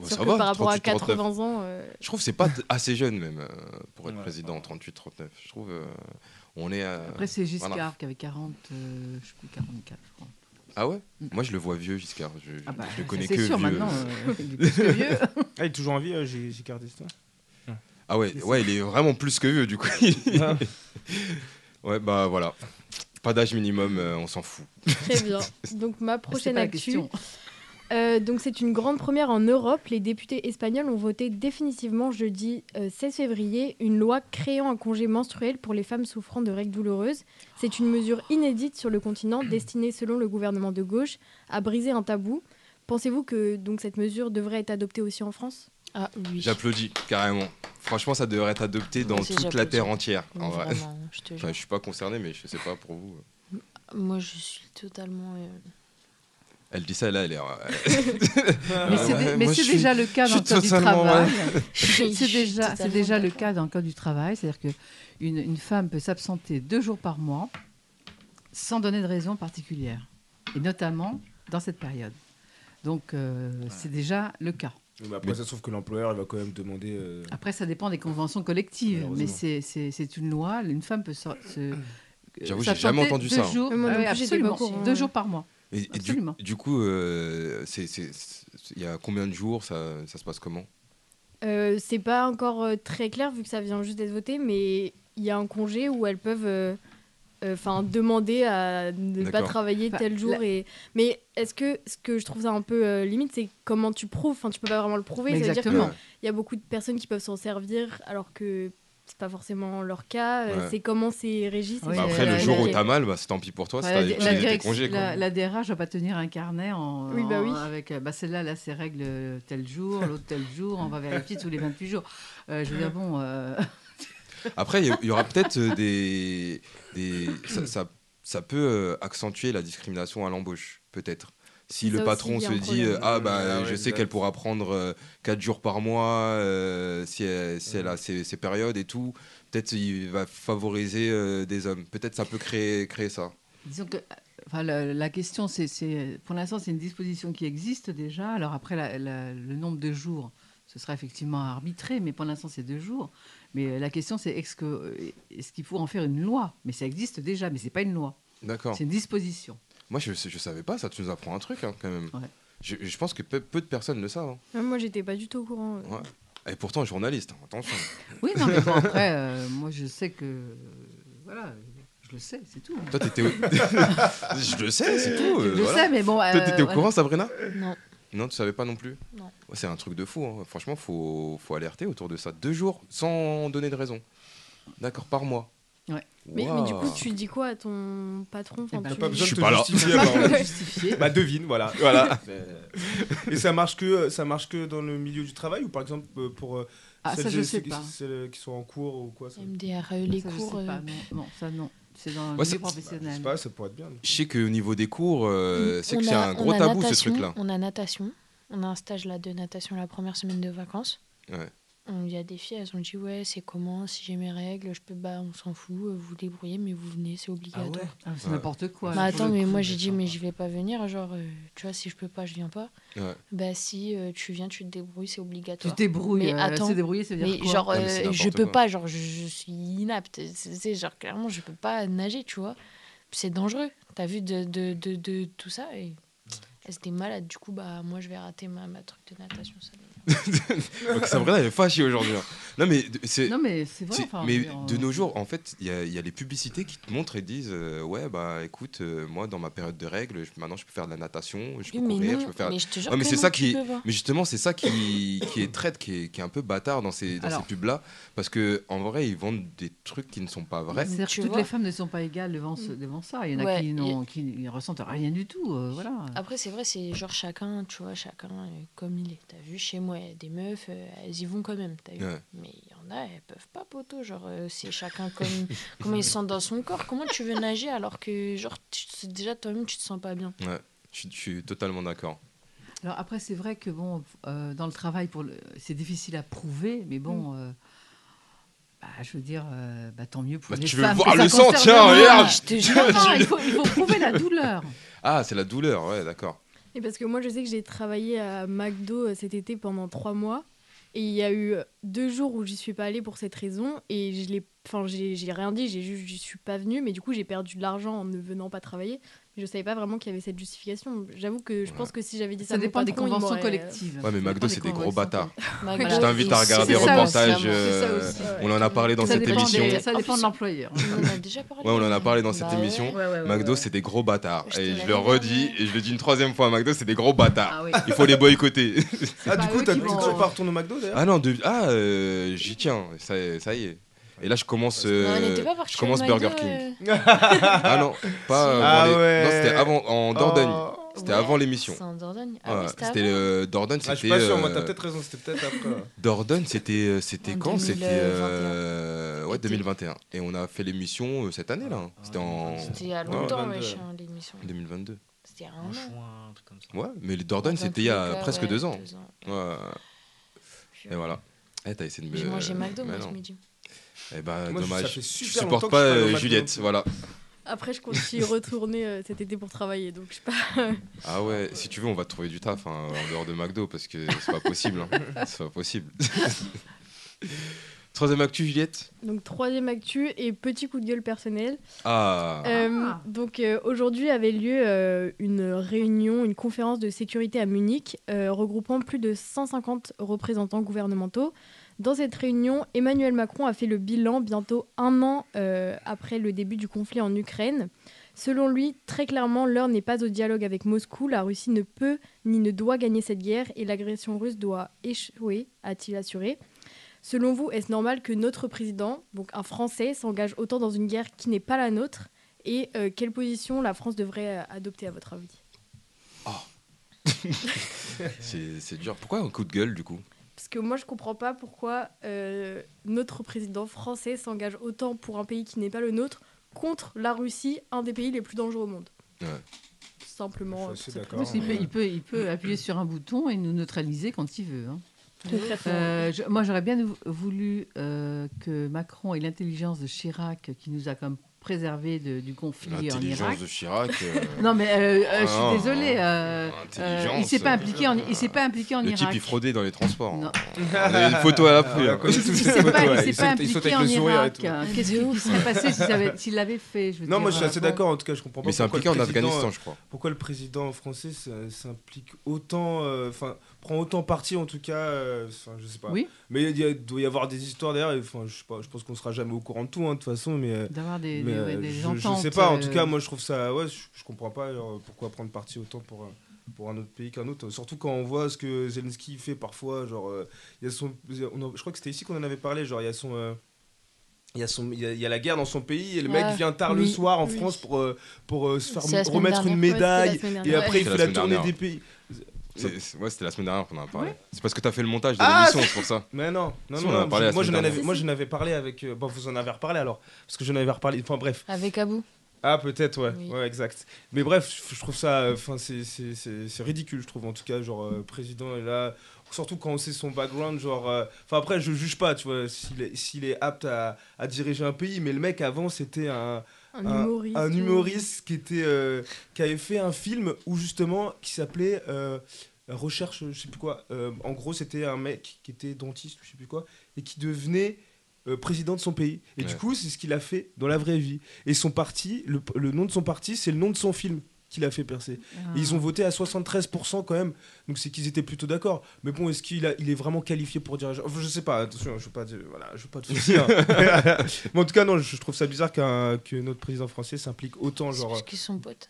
S1: Ouais,
S7: Sauf
S1: Bah, ça
S7: que
S1: va,
S7: par rapport
S1: 38,
S7: à
S1: 39.
S7: 80 ans, euh,
S1: Je trouve que c'est pas t- assez jeune même euh, pour être
S4: Ouais.
S1: président, 38-39. Je trouve euh, on est... euh,
S3: Après, c'est Giscard
S1: Voilà.
S3: qui avait 40, euh, je sais plus, 44, je crois.
S1: Ah ouais Moi, je le vois vieux, Giscard. Je,
S3: Ah bah,
S1: je le connais
S3: c'est
S1: que
S3: sûr
S1: vieux.
S3: maintenant, euh, il est plus que vieux.
S6: Ah, il est toujours en vie, euh, j'ai j'ai gardé ça.
S1: Ah ouais, ouais, il est vraiment plus que vieux, du coup. ouais, bah voilà. Pas d'âge minimum, euh, on s'en fout.
S7: Très bien. Donc ma
S3: C'est
S7: prochaine
S3: pas la
S7: actu.
S3: question.
S7: Euh, donc c'est une grande première en Europe. Les députés espagnols ont voté définitivement jeudi euh, 16 février une loi créant un congé menstruel pour les femmes souffrant de règles douloureuses. C'est une mesure inédite sur le continent destinée, selon le gouvernement de gauche, à briser un tabou. Pensez-vous que donc cette mesure devrait être adoptée aussi en France
S5: Ah oui.
S1: J'applaudis, carrément. Franchement, ça devrait être adopté dans
S5: Moi aussi,
S1: toute la
S5: j'applaudis.
S1: Terre entière,
S5: Oui,
S1: en vrai.
S5: vraiment, je te
S1: Enfin,
S5: jure.
S1: je suis pas concerné, mais je sais pas pour vous.
S5: Moi, je suis totalement. euh,
S1: Elle dit ça, là, elle est. elle-
S3: Mais
S1: Ah
S3: c'est
S1: ouais,
S3: dé- mais
S1: moi,
S3: c'est
S1: je suis-
S3: déjà le cas
S1: je
S3: dans le
S1: suis
S3: code du
S1: totalement,
S3: travail.
S5: je
S3: C'est
S5: suis
S3: déjà, c'est
S5: totalement
S3: déjà le
S5: d'accord.
S3: cas dans le code du travail, c'est-à-dire que une, une femme peut s'absenter deux jours par mois sans donner de raison particulière, et notamment dans cette période. Donc euh, c'est déjà le cas.
S6: Mais après, ça se trouve que l'employeur, il va quand même demander. euh,
S3: Après, ça dépend des conventions collectives, mais
S6: Malheureusement.
S3: c'est- c'est c'est une loi. Une femme peut se. se-
S1: J'avoue, j'ai
S3: s'absenter
S1: jamais entendu
S3: deux
S1: ça, hein.
S3: Jours,
S7: Moi non
S3: Ah ouais,
S7: plus, j'étais pas au
S3: absolument,
S7: courant,
S3: deux
S7: ouais.
S3: jours par mois.
S1: Et- et du,
S3: Absolument.
S1: du coup, euh, c'est- c'est- c'est- il y a combien de jours ça, ça se passe comment
S7: Euh, C'est pas encore euh, très clair vu que ça vient juste d'être voté, mais il y a un congé où elles peuvent. euh, euh, Enfin, demander à ne pas
S1: D'accord.
S7: travailler
S3: Enfin,
S7: tel jour
S3: la-
S7: et mais est-ce que ce que je trouve ça un peu euh, limite c'est comment tu prouves enfin tu peux pas vraiment le prouver
S3: Mais
S7: c'est-à-dire que
S3: exactement.
S7: il y a beaucoup de personnes qui peuvent s'en servir alors que c'est pas forcément leur cas. euh,
S1: Ouais.
S7: C'est comment c'est régi. c'est
S3: Oui,
S1: Bah
S7: ça.
S3: euh,
S1: Après,
S3: la-
S1: le jour où
S7: la-
S1: t'as mal, bah, c'est tant pis pour toi,
S3: Enfin,
S1: c'est
S3: la,
S1: t'as
S3: la
S1: utilisé tes
S3: direct-
S1: congés. quoi.
S3: la- la DRH va pas tenir un carnet en,
S7: Oui,
S3: en-
S7: bah oui.
S3: avec euh, bah celle-là, là, c'est règle euh, tel jour, l'autre tel jour, on va vérifier tous les 28 jours. Euh, je veux dire, bon, euh,
S1: Après, il y a- il y, aura peut-être euh, des. des ça, ça- ça peut euh, accentuer la discrimination à l'embauche, peut-être. Si
S7: Ça
S1: le
S7: aussi,
S1: patron
S7: il y a
S1: se
S7: un
S1: dit euh,
S7: problème.
S1: Ah, bah,
S6: Ah ouais,
S1: je sais
S6: exact.
S1: qu'elle pourra prendre 4 jours par mois euh, si, elle, si elle a ses, ses périodes et tout, peut-être il va favoriser euh, des hommes. Peut-être ça peut créer, créer ça.
S3: disons que. euh, Enfin, la, la question, c'est, c'est- pour l'instant, c'est une disposition qui existe déjà. Alors après, la- la- le nombre de jours, ce sera effectivement à arbitrer, mais pour l'instant, c'est deux jours. Mais euh, la question, c'est est-ce, que, euh, est-ce qu'il faut en faire une loi Mais ça existe déjà, mais c'est pas une loi,
S1: D'accord.
S3: c'est une disposition.
S1: Moi, je je savais pas ça, tu nous apprends un truc hein, quand même.
S3: Ouais.
S1: Je, je pense que peu, peu de personnes le savent. hein.
S7: Ouais, Ah, Moi, j'étais pas du tout au courant. euh.
S1: Ouais. Et pourtant, journaliste, hein, attention.
S3: Oui, non, mais bon, après, euh, moi, je sais que. euh, voilà, je le sais, c'est tout.
S1: Toi, t'étais. au- je le sais, c'est tout. euh,
S3: je
S1: voilà.
S3: sais, mais bon.
S1: Toi,
S3: euh,
S1: t'étais au
S3: voilà.
S1: courant, Sabrina
S5: Non.
S1: Non, tu savais pas non plus
S5: Non.
S1: Ouais, c'est un truc de fou. hein. Franchement, faut, faut alerter autour de ça. Deux jours sans donner de raison. D'accord, par mois.
S3: Ouais.
S7: Mais, mais du coup,
S1: Waouh.
S7: tu dis quoi à ton patron
S3: Eh
S7: enfin,
S3: ben,
S7: tu-
S3: pas
S6: Pas besoin
S1: Je suis
S6: de te
S1: pas là.
S6: justifier,
S3: Pas
S6: apparemment.
S3: justifié.
S6: Bah devine, voilà. voilà. Et ça marche que ça marche que dans le milieu du travail ou par exemple euh, pour euh,
S3: Ah, ça,
S6: celles
S3: je
S6: et-
S3: sais
S6: celles-
S3: pas.
S6: celles euh, qui sont en cours ou quoi ça,
S5: MDRAE, les
S3: Ça, je
S5: cours.
S3: sais
S5: euh,
S3: pas, non. Non, ça, non. C'est dans le milieu
S1: Ouais, c'est-
S6: Je sais
S3: professionnel.
S6: pas, ça pourrait être bien.
S1: Je sais qu'au niveau des cours, euh, c'est
S5: on
S1: que c'est
S5: a-
S1: un
S5: on
S1: gros
S5: a
S1: tabou ce
S5: natation,
S1: truc-là.
S5: On a natation. On a un stage là de natation la première semaine de vacances.
S1: Ouais.
S5: On- Il y a des filles, elles ont dit ouais, c'est comment Si j'ai mes règles, je peux bah on s'en fout, euh, vous débrouillez, mais vous venez, c'est obligatoire.
S3: Ah, c'est
S1: Ouais.
S3: n'importe quoi.
S5: Bah
S3: là,
S5: attends,
S3: pour le
S5: mais
S3: coup.
S5: moi j'ai dit mais je vais pas venir, genre euh, tu vois si je peux pas, je viens pas.
S1: Ouais.
S5: Bah si euh, tu viens, tu te débrouilles, c'est
S3: Tu
S5: obligatoire.
S3: te débrouilles.
S5: Mais
S3: euh,
S5: attends,
S3: Se débrouiller, ça veut dire
S5: Mais
S3: quoi
S5: genre
S1: Ah, mais c'est
S5: euh, je
S1: n'importe
S5: peux
S1: quoi.
S5: pas, genre je, je suis inapte, c'est c'est genre clairement je peux pas nager, tu vois. C'est dangereux. T'as vu de, de, de, de tout ça et elles étaient malades. Du coup bah moi je vais rater ma, ma truc de natation. Ça.
S1: Donc, Sabrina, elle est fâchée aujourd'hui. hein. Non, mais c'est.
S3: Non, mais c'est vrai.
S1: Si,
S3: enfin,
S1: mais
S3: je veux dire,
S1: de
S3: euh,
S1: nos jours, en fait, il y, a- il y a les publicités qui te montrent et disent euh, Ouais, bah écoute, euh, moi dans ma période de règles, je- maintenant je peux faire de la natation, je peux
S5: Oui, mais
S1: courir,
S5: non,
S1: je peux faire.
S5: mais je te jure
S1: Ouais, mais
S5: que
S1: c'est
S5: non,
S1: ça
S5: tu
S1: qui-
S5: peux voir.
S1: Mais justement, c'est ça qui, qui est traite, qui est, qui est un peu bâtard dans ces, dans ces
S3: Alors.
S1: pubs-là, parce que en vrai, ils vendent des trucs qui ne sont pas vrais.
S3: C'est-à-dire que
S5: Tu
S3: toutes
S5: vois. Mm.
S3: les femmes ne sont pas égales devant, ce- devant ça. Il y en a
S5: Ouais,
S3: qui,
S5: et- Ah.
S3: n'ont- qui ne ressentent rien du tout. euh, voilà.
S5: Après, c'est vrai, c'est genre chacun, tu vois, chacun euh, comme il est. T'as vu, chez moi, il y a des meufs, euh, elles y vont quand même, t'as vu.
S1: Ouais.
S5: Mais il y en a, elles peuvent pas, poteau. Genre, euh, c'est chacun comme, comment il se sent dans son corps. Comment tu veux nager alors que, genre, tu, c'est déjà toi-même, tu te sens pas bien.
S1: Je, suis- je suis totalement d'accord.
S3: Alors après, c'est vrai que bon, euh, dans le travail, pour le- c'est difficile à prouver, mais bon,
S5: Mm.
S3: euh, bah, je veux dire, euh, bah, tant mieux pour
S1: Bah,
S3: les
S1: tu veux
S3: femmes que
S1: voir
S3: ça
S1: le sang,
S3: concerne
S1: tiens,
S3: moins.
S1: regarde,
S5: je te
S3: Non,
S5: jure.
S3: non, il, faut, il faut prouver la douleur.
S1: Ah, c'est la douleur, ouais, d'accord.
S7: Et parce que moi, je sais que j'ai travaillé à McDo euh, cet été pendant trois mois. Et il y a eu euh, deux jours où j'y suis pas allée pour cette raison. Et je l'ai Enfin, j'ai j'ai rien dit, j'ai juste, je suis pas venue, mais du coup, j'ai perdu de l'argent en ne venant pas travailler. Je savais pas vraiment qu'il y avait cette justification. J'avoue que je pense que si j'avais dit
S3: Ça
S7: ça, à mon
S3: dépend des
S7: patron, il
S3: conventions
S7: m'aurait- euh,
S3: collectives.
S1: Ouais, mais
S3: Ça dépend
S1: McDo, c'est des gros
S3: conventions
S1: bâtards.
S5: Voilà.
S1: Je t'invite à regarder
S5: C'est ça,
S1: reportage.
S5: vraiment.
S1: euh,
S7: aussi. Ouais.
S1: On en a parlé dans
S3: Ça
S1: cette
S3: dépend des-
S1: émission.
S3: Ça dépend de l'employeur.
S5: On en a déjà parlé.
S1: Ouais, on en a parlé dans
S5: Bah
S1: cette
S5: ouais.
S1: émission. McDo,
S7: ouais.
S1: c'est des gros bâtards.
S5: Je te
S1: Et je
S5: l'avais
S1: le
S5: dit,
S1: redis,
S5: ouais.
S1: et je le dis une troisième fois, McDo, c'est des gros bâtards.
S3: Ah oui.
S1: Il faut les boycotter.
S6: Ah, du
S3: pas
S6: coup,
S3: eux
S6: t'as
S3: qui
S6: tout
S3: vont-
S6: temps pas retourné au McDo d'ailleurs
S1: Ah non, de- ah, euh, j'y tiens, ça, ça y est. Et là, je commence.
S5: Non, on
S1: euh,
S5: n'était pas parti
S1: je commence
S5: au McDo,
S1: Burger King.
S5: euh,
S1: Ah Oh. non, pas. euh,
S6: Ah
S1: dans les-
S6: ouais.
S1: Non, c'était avant, en Dordogne.
S6: Ah,
S1: C'était
S5: Oh. ouais,
S1: avant l'émission.
S5: C'est en Dordogne.
S1: Ouais,
S5: Ah, oui,
S1: c'était
S5: avant.
S1: euh, Dordogne,
S6: je suis
S1: c'était.
S6: pas sûr, moi,
S1: euh,
S6: t'as peut-être raison, c'était peut-être après. ouais.
S1: Dordogne, c'était euh, c'était
S5: En
S1: quand C'était euh, ouais
S5: Été. Ah.
S1: 2021. Et on a fait l'émission euh, cette année-là. hein. C'était en
S5: C'était il y a
S1: Ouais,
S5: longtemps,
S6: 22.
S5: wesh, hein, l'émission.
S1: 2022.
S5: C'était il y a un
S4: En
S5: an.
S4: juin, un truc comme ça.
S1: Ouais, mais les Dordogne, c'était il y
S5: Dans euh, tous
S1: a
S5: les cas,
S1: presque
S5: ouais,
S1: deux ans.
S5: Et
S1: Ouais.
S5: puis,
S1: Et voilà. Eh, t'as essayé de me.
S5: J'ai mangé McDo,
S1: mais
S5: moi, ce
S1: non.
S5: midi.
S1: Eh bah,
S6: Moi, je- ça
S1: dommage.
S6: fait
S1: Je
S6: super longtemps
S1: supporte
S6: que
S1: pas
S6: je suis pas allé au
S1: euh,
S6: McDo non
S1: Juliette,
S6: plus.
S1: voilà.
S7: Après, je compte y retourner euh, cet été pour travailler, donc je sais pas.
S1: Ah ouais, si tu veux, on va te trouver du taf hein, en dehors de McDo parce que c'est pas possible. hein. C'est pas possible. Troisième actu, Juliette
S7: Donc troisième actu et petit coup de gueule personnel.
S1: Ah
S7: Euh, donc euh, aujourd'hui avait lieu euh, une réunion, une conférence de sécurité à Munich euh, regroupant plus de 150 représentants gouvernementaux. Dans cette réunion, Emmanuel Macron a fait le bilan bientôt un an euh, après le début du conflit en Ukraine. Selon lui, très clairement, l'heure n'est pas au dialogue avec Moscou. La Russie ne peut ni ne doit gagner cette guerre et l'agression russe doit échouer, a-t-il assuré. Selon vous, est-ce normal que notre président, donc un Français, s'engage autant dans une guerre qui n'est pas la nôtre Et euh, quelle position la France devrait euh, adopter à votre avis
S1: C'est c'est dur. Pourquoi un coup de gueule du coup
S7: Parce que moi, je comprends pas pourquoi euh, notre président français s'engage autant pour un pays qui n'est pas le nôtre contre la Russie, un des pays les plus dangereux au monde.
S1: Ouais.
S7: Simplement.
S6: Je suis
S7: euh, pour
S3: Parce
S7: cette
S6: assez d'accord.
S3: qu'il peut, il peut- il peut appuyer sur un bouton et nous neutraliser quand il veut. hein.
S7: raison. Concrètement.
S3: Euh, je- moi, j'aurais bien vou- voulu euh, que Macron et l'intelligence de Chirac, qui nous a comme préservé de- du conflit en Irak.
S1: L'intelligence de Chirac. euh,
S3: Non, mais euh, euh, je
S1: Ah,
S3: suis désolée. euh, euh, il s'est pas
S1: intelligence.
S3: impliqué en, il s'est pas impliqué en
S1: Le type,
S3: Irak.
S1: il fraudait dans les transports.
S3: Non.
S1: hein. On a une photo à la
S6: Ah,
S1: pluie.
S6: ouais,
S1: hein.
S6: quoi, c'est tout.
S3: Il
S6: ces
S3: s'est
S6: photos,
S3: pas,
S6: ouais,
S3: il s'est
S6: ils
S3: pas
S6: sautent- ils sautent
S3: impliqué
S6: avec
S3: en
S6: le sourire et
S3: Irak. Euh,
S6: tout.
S3: Qu'est-ce qui qui serait passé s'il avait- s'il l'avait fait je veux
S6: Non, moi je
S3: dire,
S6: suis assez
S3: euh,
S6: d'accord, en tout cas, je comprends pas.
S1: Mais c'est
S6: pourquoi
S1: impliqué en
S6: le président,
S1: Afghanistan, je crois.
S6: euh, Pourquoi le président français s- s'implique autant, euh, enfin, prend autant parti en tout cas, euh, enfin, je sais pas.
S3: Oui.
S6: Mais il y a- doit y avoir des histoires derrière, et, enfin, je sais pas, je pense qu'on sera jamais au courant de tout, hein, de toute façon, mais. euh,
S3: D'avoir des,
S6: mais,
S3: des, ouais,
S6: euh,
S3: des
S6: je, je
S3: ententes,
S6: sais pas, en tout
S3: euh,
S6: cas, moi je trouve ça. Ouais, je, je comprends pas genre, pourquoi prendre parti autant pour, euh, pour un autre pays qu'un autre. Surtout quand on voit ce que Zelensky fait parfois. Genre, euh, il y a son, on en- je crois que c'était ici qu'on en avait parlé. Genre, il y a son. euh, il y, a son, il, y a, il y a la guerre dans son pays et le
S5: Ouais.
S6: mec vient tard le
S5: Oui.
S6: soir en
S5: Oui.
S6: France pour, euh, pour euh, se faire
S5: C'est la semaine
S6: remettre une
S5: dernière.
S7: Ouais, c'était la
S6: médaille.
S7: semaine dernière.
S6: et après, il
S1: C'était
S6: fait
S1: la
S6: la
S1: semaine
S6: tournée
S1: dernière.
S6: des pays.
S1: C'est- c'est- Ouais, c'était la semaine dernière qu'on en a parlé. C'est parce que t'as fait le montage de
S6: Ah,
S1: l'émission, c'est pour ça.
S6: Mais non, non,
S1: Si,
S6: non,
S1: on en a
S6: non,
S1: parlé la
S6: moi,
S1: semaine
S6: j'en avais,
S1: dernière.
S6: moi j'en avais parlé avec. euh, bon, vous en avez reparlé alors. Parce que j'en avais reparlé. Enfin bref.
S5: Avec Abou.
S6: Ah peut-être ouais,
S5: Oui.
S6: ouais exact. Mais bref, je je trouve ça, euh, enfin c'est c'est- c'est c'est ridicule je trouve en tout cas genre euh, président est là, surtout quand on sait son background genre, euh, enfin après je juge pas tu vois s'il est, s'il est apte à, à diriger un pays, mais le mec avant c'était un,
S7: un, humoriste.
S6: un humoriste qui était euh, qui avait fait un film où justement qui s'appelait euh, recherche je sais plus quoi. Euh, en gros c'était un mec qui était dentiste je sais plus quoi et qui devenait euh, président de son pays. Et
S1: Ouais.
S6: du coup, c'est ce qu'il a fait dans la vraie vie. Et son parti, le, le nom de son parti, c'est le nom de son film qu'il a fait percer. Et ils ont voté à 73% quand même, donc c'est qu'ils étaient plutôt d'accord. Mais bon, est-ce qu'il a- il est vraiment qualifié pour diriger Enfin, Je sais pas, attention, je veux pas, dire- voilà, je veux pas te faire hein. dire. Mais en tout cas, non, je trouve ça bizarre qu'un- que notre président français s'implique autant.
S5: C'est
S6: Genre, euh,
S5: parce qu'ils sont potes.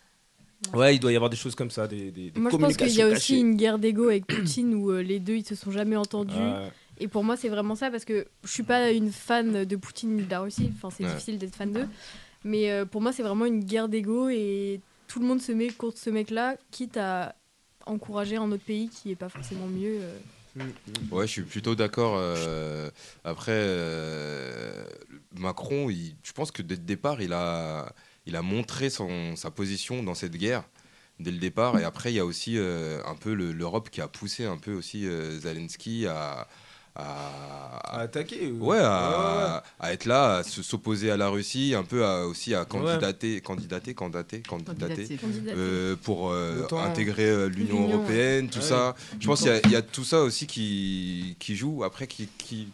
S6: ouais, il doit y avoir des choses comme ça, des, des, des
S7: Moi, je pense qu'il y a
S6: communications
S7: aussi
S6: cachées.
S7: une guerre d'ego avec Poutine où euh, les deux ils se sont jamais entendus.
S6: Ouais.
S7: Et pour moi, c'est vraiment ça parce que je suis pas une fan de Poutine ni de la Russie. Enfin, c'est
S1: Ouais.
S7: difficile d'être fan d'eux. Mais euh, pour moi, c'est vraiment une guerre d'ego et tout le monde se met contre ce mec-là, quitte à encourager un autre pays qui est pas forcément mieux. euh.
S1: Ouais, je suis plutôt d'accord. euh, après, euh, Macron, il- je pense que dès le départ, il a, il a montré son, sa position dans cette guerre dès le départ. Et après, il y a aussi euh, un peu le- l'Europe qui a poussé un peu aussi euh, Zelensky à,
S6: À
S1: à, à-
S6: attaquer. euh.
S1: ouais,
S6: Ouais, ouais, ouais.
S1: à, à être là, à se- s'opposer à la Russie, un peu à, aussi à candidater, candidater, candidater, candidater.
S3: candidaté.
S1: euh, pour euh,
S6: L'OTAN.
S1: intégrer euh, l'Union
S7: L'Union,
S6: Ah
S1: européenne, tout
S6: Ouais.
S1: ça. Je pense qu'il y a- il y, a tout ça aussi qui, qui joue. Après, qui, qui-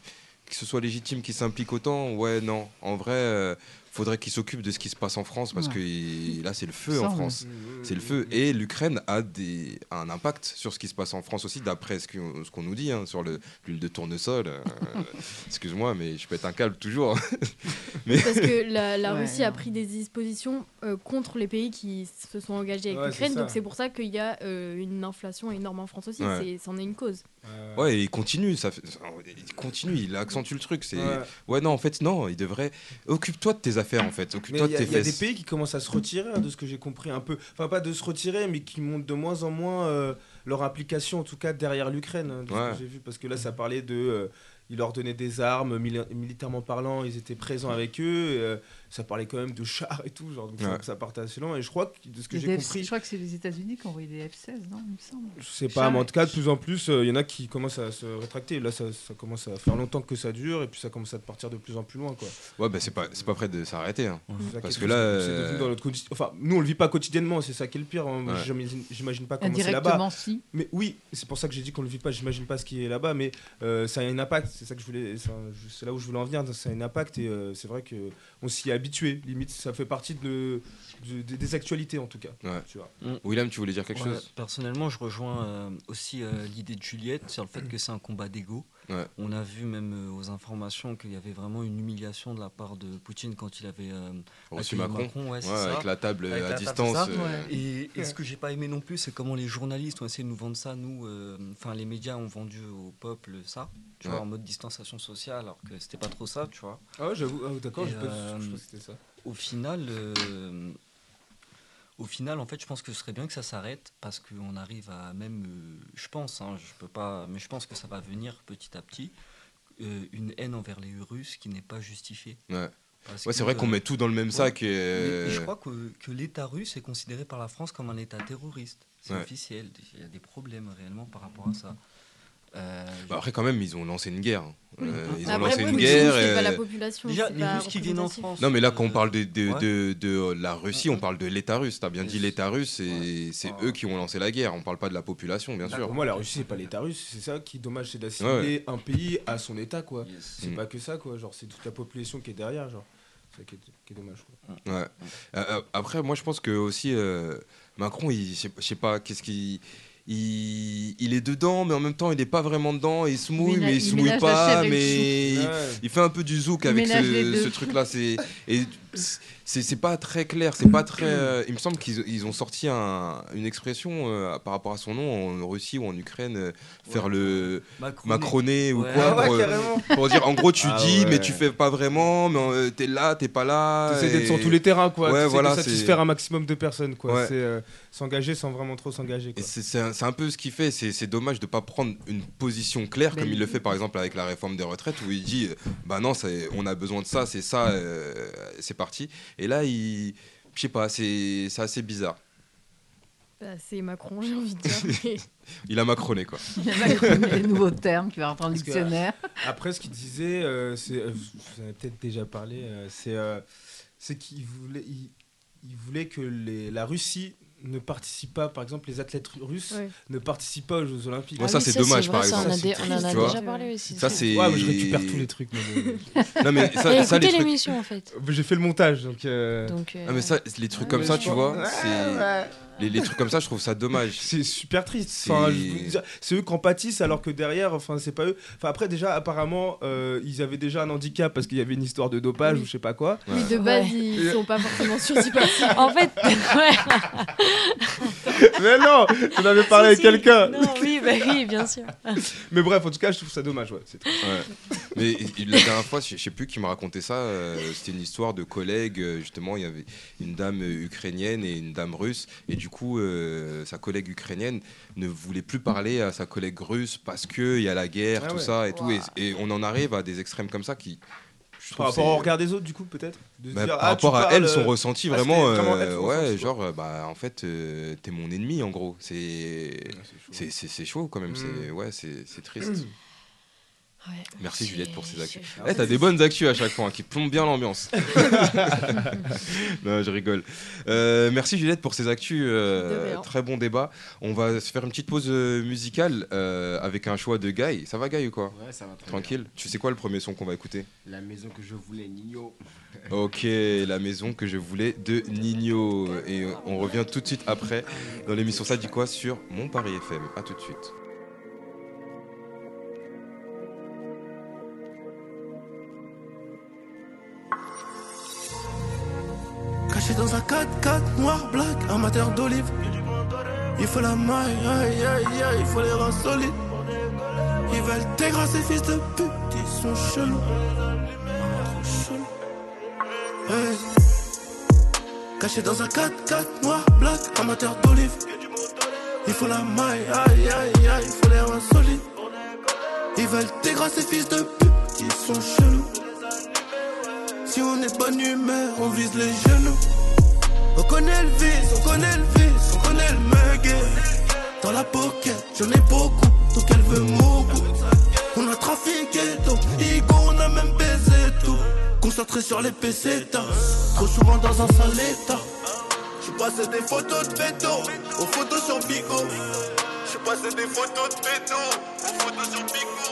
S1: que ce soit légitime qu'il s'implique autant, ouais, non. En vrai, euh, faudrait qu'il s'occupe de ce qui se passe en France parce
S3: Ouais.
S1: que il- là, c'est le feu
S3: Ça,
S1: en
S3: on-
S1: France. C'est le feu. Et l'Ukraine a, des- a un impact sur ce qui se passe en France aussi, d'après ce qu'on ce qu'on nous dit, hein, sur le- l'huile de tournesol. euh, Excuse-moi, mais je pète un câble toujours.
S7: Parce que la, la
S3: Ouais,
S7: Russie a
S3: non.
S7: pris des dispositions euh, contre les pays qui se sont engagés avec
S6: Ouais,
S7: l'Ukraine,
S6: c'est ça.
S7: donc c'est pour ça qu'il y a euh, une inflation énorme en France aussi,
S1: Ouais.
S7: c'est- c'en est une cause.
S6: Euh,
S1: Ouais, et il continue, ça fait- il continue, il accentue le truc. C'est ouais.
S6: Ouais.
S1: non, en fait, non, il devrait. Occupe-toi de tes affaires, en fait.
S6: Mais
S1: Occupe-toi de
S6: il y, a-
S1: tes
S6: il y a des
S1: fesses.
S6: pays qui commencent à se retirer, hein, de ce que j'ai compris un peu. Enfin, pas de se retirer, mais qui montent de moins en moins euh, leur implication, en tout cas derrière l'Ukraine, hein, de
S1: Ouais.
S6: ce que j'ai vu. Parce que là, ça parlait de. euh, ils leur donnaient des armes, mili- militairement parlant, ils étaient présents avec eux. et, euh, ça parlait quand même de chars et tout, genre, donc ça-
S1: Ouais.
S6: ça partait assez loin. Et je crois que, de ce que
S3: Les
S6: j'ai
S3: F-
S6: compris,
S3: Je crois que c'est les États-Unis qui ont envoyé des F-16, non Il me semble.
S6: je sais pas, mais en tout cas, de plus en plus, euh, il y en a qui commencent à se rétracter. Là, ça, ça commence à faire longtemps que ça dure, et puis ça commence à partir de plus en plus loin, quoi.
S1: Ouais, bah, c'est pas, c'est pas près de s'arrêter. hein.
S6: C'est ça
S1: Parce
S6: qui
S1: que
S6: est
S1: là,
S6: triste, c'est
S1: euh,
S6: devenu dans notre quotidien- enfin, nous on le vit pas quotidiennement, c'est ça qui est le pire. hein. Moi,
S1: Ouais.
S6: j'imagine- J'imagine pas comment c'est là-bas.
S3: Indirectement, si.
S6: Mais oui, c'est pour ça que j'ai dit qu'on le vit pas. J'imagine pas ce qui est là-bas, mais euh, ça a un impact. C'est ça que je voulais. ça- je- C'est là où je voulais en venir. Ça a un impact et euh, c'est vrai que on s'y est habitué. Limite, ça fait partie de, de- des- des actualités en tout cas.
S1: euh, Ouais.
S6: Tu vois.
S7: Mm.
S1: Willem, tu voulais dire quelque
S2: Ouais,
S1: chose
S2: Personnellement, je rejoins euh, aussi euh, l'idée de Juliette sur le fait que c'est un combat d'ego.
S1: Ouais.
S2: On a vu même euh, aux informations qu'il y avait vraiment une humiliation de la part de Poutine quand il avait euh,
S1: Reçu
S2: accueilli
S1: Macron.
S2: ouais, c'est
S1: Ouais,
S2: ça.
S1: avec la table
S2: Avec
S1: euh, à
S2: la table,
S1: distance.
S2: c'est
S3: ça
S1: euh,
S2: Et, et ce que j'ai pas aimé non plus, c'est comment les journalistes ont essayé de nous vendre ça. Nous, euh, enfin, les médias ont vendu au peuple ça, tu
S1: Ouais.
S2: vois, en mode distanciation sociale, alors que c'était pas trop ça, tu vois.
S6: Ah ouais, j'avoue. ah, D'accord.
S2: Et,
S6: j'ai pas-
S2: euh,
S6: Je pense que c'était ça.
S2: Au final, euh, au final, en fait, je pense que ce serait bien que ça s'arrête parce qu'on arrive à même, euh, je pense, hein, je peux pas, mais je pense que ça va venir petit à petit, euh, une haine envers les Russes qui n'est pas justifiée.
S1: Ouais.
S2: Parce
S1: Ouais, c'est
S2: que,
S1: vrai qu'on
S2: euh,
S1: met tout dans le même sac. Et,
S2: mais- mais je
S1: euh,
S2: crois que, que l'État russe est considéré par la France comme un État terroriste. C'est
S1: Ouais.
S2: officiel. Il y a des problèmes réellement par rapport à ça. Euh,
S1: bah, après, quand même, ils ont lancé une guerre. hein. Euh, ils ont
S7: Ah, Après,
S1: lancé une
S7: Poutine,
S1: guerre.
S7: c'est pas
S1: euh,
S7: la population,
S2: déjà,
S7: c'est
S2: les
S7: pas
S2: Russes qui viennent en
S7: représentatif.
S2: France.
S1: Non, mais là, quand
S2: euh,
S1: on parle de, de,
S2: ouais.
S1: de, de la Russie, on parle de l'État russe. T'as bien
S2: Et
S1: dit
S2: c'est-
S1: l'État russe, et
S2: ouais.
S1: c'est
S2: Ah.
S1: eux qui ont lancé la guerre. On parle pas de la population, bien sûr.
S6: Bah, Ah, Pour moi, la Russie, c'est pas l'État russe. C'est ça qui est dommage, c'est d'assimiler
S1: Ouais.
S6: un pays à son État, quoi.
S2: Yes.
S6: C'est
S1: Mm.
S6: pas que ça, quoi. Genre, c'est toute la population qui est derrière, genre. C'est ça qui est, qui est dommage, quoi.
S1: Ouais. Euh, euh, après, moi, je pense que aussi euh, Macron, il, je sais- je sais pas, qu'est-ce qu'il, il, il est dedans, mais en même temps, il est pas vraiment dedans. Il se mouille,
S3: Ménage-
S1: mais il se
S3: il
S1: mouille
S3: ménage la
S1: pas,
S3: chèvre et le
S1: mais il, il fait un peu du zouk
S3: Il
S1: avec
S3: ménage les
S1: ce,
S3: deux.
S1: ce truc-là. C'est et c'est c'est pas très clair, c'est pas très. euh, il me semble qu'ils ils ont sorti un- une expression euh, par rapport à son nom en Russie ou en Ukraine, euh, faire le
S2: Macron.
S1: macroné ou
S2: Ouais.
S1: quoi
S2: Ah ouais,
S1: pour, euh, pour dire en gros tu
S8: Ah
S1: dis mais
S8: ouais.
S1: tu fais pas vraiment, mais euh, t'es là, t'es pas là.
S6: T'essaies d'être
S1: et-
S6: sur tous les terrains, quoi.
S1: Ouais,
S6: T'essaies
S1: voilà,
S6: de satisfaire un maximum de personnes, quoi.
S1: Ouais.
S6: C'est euh, s'engager sans vraiment trop s'engager,
S1: Et
S6: quoi.
S1: C'est c'est un, c'est un peu ce qu'il fait, c'est c'est dommage de ne pas prendre une position claire
S3: Mais
S5: Ben
S1: comme il
S3: il-
S1: le fait par exemple avec la réforme des retraites où il dit euh, bah non c'est- on a besoin de ça, c'est ça, euh, c'est parti. Et là il, je sais pas, c'est c'est assez bizarre.
S7: Bah, c'est Macron, j'ai envie de dire. mais-
S1: Il a macroné quoi.
S3: Il y en a qui ont des nouveaux termes qui vont rentrer dans le
S6: Parce que- euh,
S3: dictionnaire.
S6: Après, ce qu'il disait, euh, c'est. euh, vous en avez peut-être déjà parlé, euh, c'est. euh, c'est qu'il voulait. Il, il voulait que les- la Russie ne participe pas, par exemple, les athlètes russes
S7: Ouais.
S6: ne participent pas aux Jeux Olympiques.
S1: Ouais, ça, c'est dommage,
S5: vrai,
S1: par
S5: Ah ça,
S6: exemple.
S5: On, a des-
S6: Ça,
S5: on
S6: c'est
S5: en a
S1: triste,
S5: déjà
S7: tu vois.
S5: parlé aussi.
S1: Ça c'est.
S6: Ouais, mais je récupère tous les trucs. moi, mais-
S1: Non mais
S5: Et
S1: ça, ça, les
S5: écoutez
S1: trucs.
S5: l'émission en fait.
S6: Mais J'ai fait le montage, donc. euh,
S5: Donc, euh,
S1: Ah, mais ça, les trucs
S5: Ouais,
S1: comme
S5: mais
S1: ça,
S5: je
S1: tu
S5: vois.
S1: vois, c'est- les, les trucs comme ça, je trouve ça dommage.
S6: C'est super triste.
S1: C'est-
S6: Enfin, je veux dire, c'est eux qui en pâtissent alors que derrière, enfin, c'est pas eux. Enfin, après, déjà, apparemment, euh, ils avaient déjà un handicap parce qu'il y avait une histoire de dopage
S7: Oui.
S6: ou je sais pas quoi.
S7: Mais de base, ils sont pas forcément sûrs d'y participer.
S5: En fait, ouais.
S6: Mais non, j'en avais parlé avec
S5: Si, si.
S6: quelqu'un.
S5: Non, oui, bah oui, bien sûr.
S6: Mais bref, en tout cas, je trouve ça dommage. Ouais, c'est triste.
S1: Ouais. Mais il- la dernière fois, je je sais plus qui m'a raconté ça. euh, C'était une histoire de collègues. euh, Justement, il y avait une dame euh, ukrainienne et une dame russe. Et du coup, euh, sa collègue ukrainienne ne voulait plus parler à sa collègue russe parce que il y a la guerre,
S6: Ah
S1: tout
S6: ouais.
S1: ça et tout. Et, et on en arrive à des extrêmes comme ça qui. je
S6: Par
S1: trouve
S6: rapport au
S1: c'est-
S6: regard des autres, du coup, peut-être. De se
S1: Bah,
S6: dire,
S1: par
S6: ah, tu
S1: rapport à
S6: parles,
S1: elle, son
S6: euh,
S1: ressenti
S6: ah,
S1: vraiment,
S6: c'était vraiment
S1: euh,
S6: elle, son
S1: ouais,
S6: ressenti,
S1: genre, euh, bah en fait, euh, t'es mon ennemi en gros. C'est, c'est, c'est, c'est chaud quand même.
S6: Ah, Mm.
S1: C'est ouais, c'est, c'est triste.
S6: Ouais.
S1: euh, Merci, Juliette, pour ces
S6: C'est-
S1: actus.
S6: c'est-
S1: Eh, t'as des bonnes actus à chaque fois hein, qui plombent bien l'ambiance. non, je rigole. Euh, merci Juliette pour ces actus. euh,
S9: De rien.
S1: très bon débat. On va se faire une petite pause euh, musicale euh, avec un choix de Guy. Ça va Guy ou quoi
S10: Ouais, ça va très
S1: Tranquille. Tu sais quoi le premier son qu'on va écouter
S10: bien. La maison que je voulais, Nino.
S1: Ok, la maison que je voulais de Nino. Et on revient tout de suite après dans l'émission Ça dit quoi sur Mon Paris FM. A tout de suite.
S4: Caché dans un 4-4 noir black, amateur d'olive. Il faut la maille, aïe aïe aïe, il faut les reins solides. Ils veulent dégrader ces fils de pute, ils sont chelous. Trop chelous. Hey. Caché dans un 4-4 noir black, amateur d'olive. Il faut la maille, aïe aïe aïe, il faut les reins solides. Ils veulent dégrader ces fils de pute, ils sont chelous. Si on est bonne humeur, on vise les genoux. On connaît le vice, on connaît le vice, on connaît le mug. Dans la pocket, j'en ai beaucoup, donc elle veut mon goût. On a trafiqué tout, Igo, on a même baisé tout. Concentré sur les PC, trop souvent dans un sale état. J'suis passé des photos de veto, aux photos sur Bigo. J'suis passé des photos de veto, aux photos sur Bigo.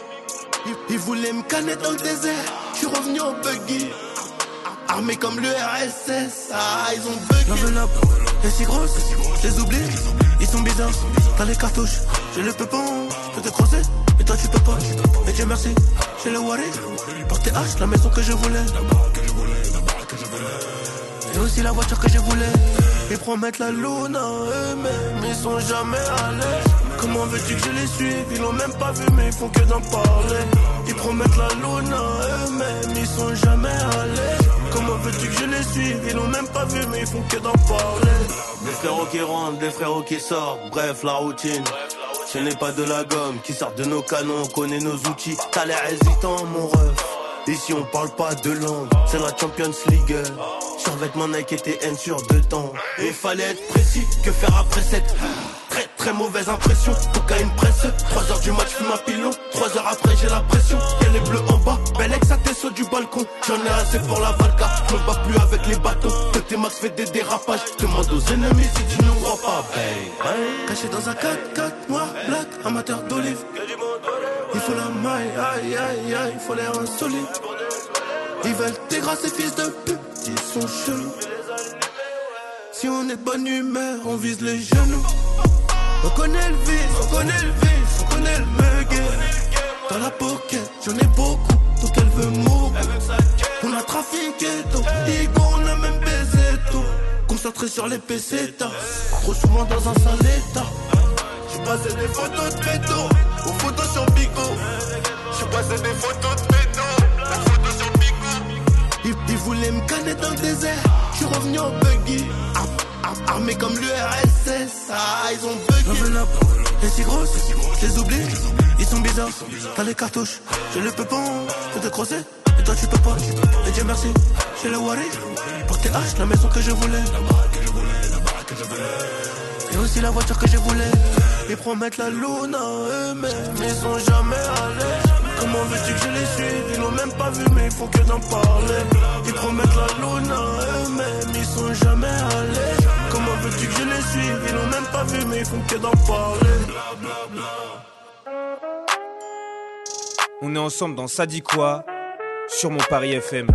S4: Ils, ils voulaient me canner dans le désert, j'suis revenu en buggy. Armés comme le RSS, ah ils ont bugué L'enveloppe est si grosse, je les oublie Ils sont bizarres, t'as les cartouches J'ai le pépon, je peux te croiser Mais toi tu peux pas, et Dieu merci J'ai le Waré, par TH, la maison que je voulais Et aussi la voiture que je voulais Ils promettent la lune à eux-mêmes Ils sont jamais à l'aise Comment veux-tu que je les suive Ils l'ont même pas vu mais ils font que d'en parler Ils promettent la lune à eux-mêmes Ils sont jamais à l'aise Comment veux-tu que je les suive Ils l'ont même pas vu mais ils font que d'en parler Des frérots qui rentrent, des frérots qui sortent Bref la routine ce n'est pas de la gomme qui sort de nos canons, on connaît nos outils. T'as l'air hésitant, mon ref. Ici on parle pas de langue, c'est la Champions League. Survêtement Nike était N sur deux temps. Et fallait être précis, que faire après cette très très mauvaise impression. Cocaïne presse, 3 heures du match, fume un pilon. 3 heures après j'ai la pression, y'a les bleus en bas. Belle ex à tes sauts du balcon, j'en ai assez pour la valka. Je me bats plus avec les bateaux, côté max fait des dérapages. Demande aux ennemis si tu nous crois pas, babe. Caché dans un 4-4 noir, black, amateur d'olive. Il faut la maille, aïe aïe aïe, il faut l'air insolite. Ils veulent dégrader ces fils de pute, ils sont chelous. Si on est de bonne humeur, on vise les genoux. On connaît le vice, on connaît le vice, on connaît le mug. Dans la pocket, j'en ai beaucoup, donc elle veut mon goût. On a trafiqué tout, Igo, on a même baisé tout. Concentré sur les PC, trop souvent dans un sale état. J'suis passé des photos de pédo aux photos sur Pico. J'suis passé des photos de pédo aux photos sur Pico. Ils, ils voulaient me canner dans le désert, j'suis revenu en buggy. Ar- ar- Armé comme le RSS, ah ils ont bugué. L'enveloppe est si grosse, je les oublie. Ils sont bizarres, t'as les cartouches, j'ai le pépon, je peux te crosser. Et toi tu peux pas, et Dieu merci, j'ai le Waré. Pour TH, la maison que je voulais. Et aussi la voiture que je voulais Ils promettent la lune à eux-mêmes Ils sont jamais à l'aise Comment veux-tu que je les suive Ils l'ont même pas vu mais il faut que d'en parler Ils promettent la lune à eux-mêmes Ils sont jamais à l'aise Comment veux-tu que je les suive Ils l'ont même pas vu mais il faut que d'en parler
S11: On est ensemble dans Ça dit quoi sur mon Paris FM.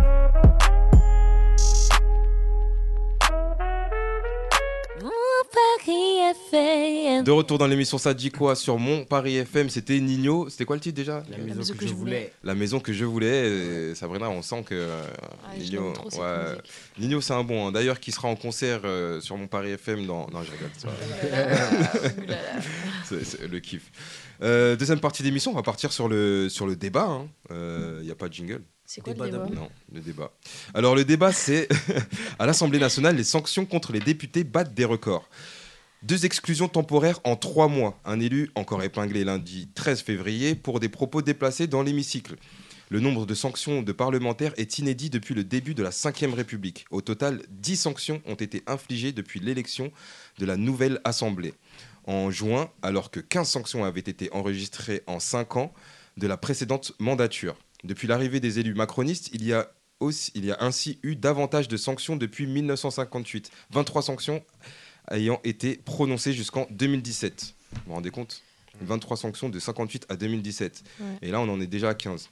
S12: Paris FM.
S1: De retour dans l'émission Ça dit quoi sur Mon Paris FM. C'était Nino. C'était quoi le titre déjà
S10: La,
S6: maison que je voulais.
S1: La maison que je voulais, euh, Sabrina, on sent que euh,
S6: Ah, je
S1: Nino,
S6: l'aime trop, cette
S1: ouais.
S6: musique.
S1: Nino, c'est un bon. hein. D'ailleurs, qui sera en concert euh, sur mon Paris FM dans. Non, je rigole. c'est pas vrai.
S6: Ouh Oh là là.
S1: C'est- c'est le kiff. Euh, deuxième partie d'émission, on va partir sur le sur le débat. Il hein. Euh, y a pas de jingle.
S6: C'est quoi
S13: Débat
S6: le débat
S1: Non, le débat. Alors le débat, c'est à l'Assemblée nationale, les sanctions contre les députés battent des records. Deux exclusions temporaires en trois mois. Un élu encore épinglé lundi 13 février pour des propos déplacés dans l'hémicycle. Le nombre de sanctions de parlementaires est inédit depuis le début de la Ve République. Au total, 10 sanctions ont été infligées depuis l'élection de la nouvelle Assemblée. En juin, alors que 15 sanctions avaient été enregistrées en 5 ans, de la précédente mandature. Depuis l'arrivée des élus macronistes, il y a aussi- il y a ainsi eu davantage de sanctions depuis 1958. 23 sanctions ayant été prononcées jusqu'en 2017. Vous vous rendez compte 23 sanctions de 58 à 2017.
S14: Ouais.
S1: Et là, on en est déjà à 15.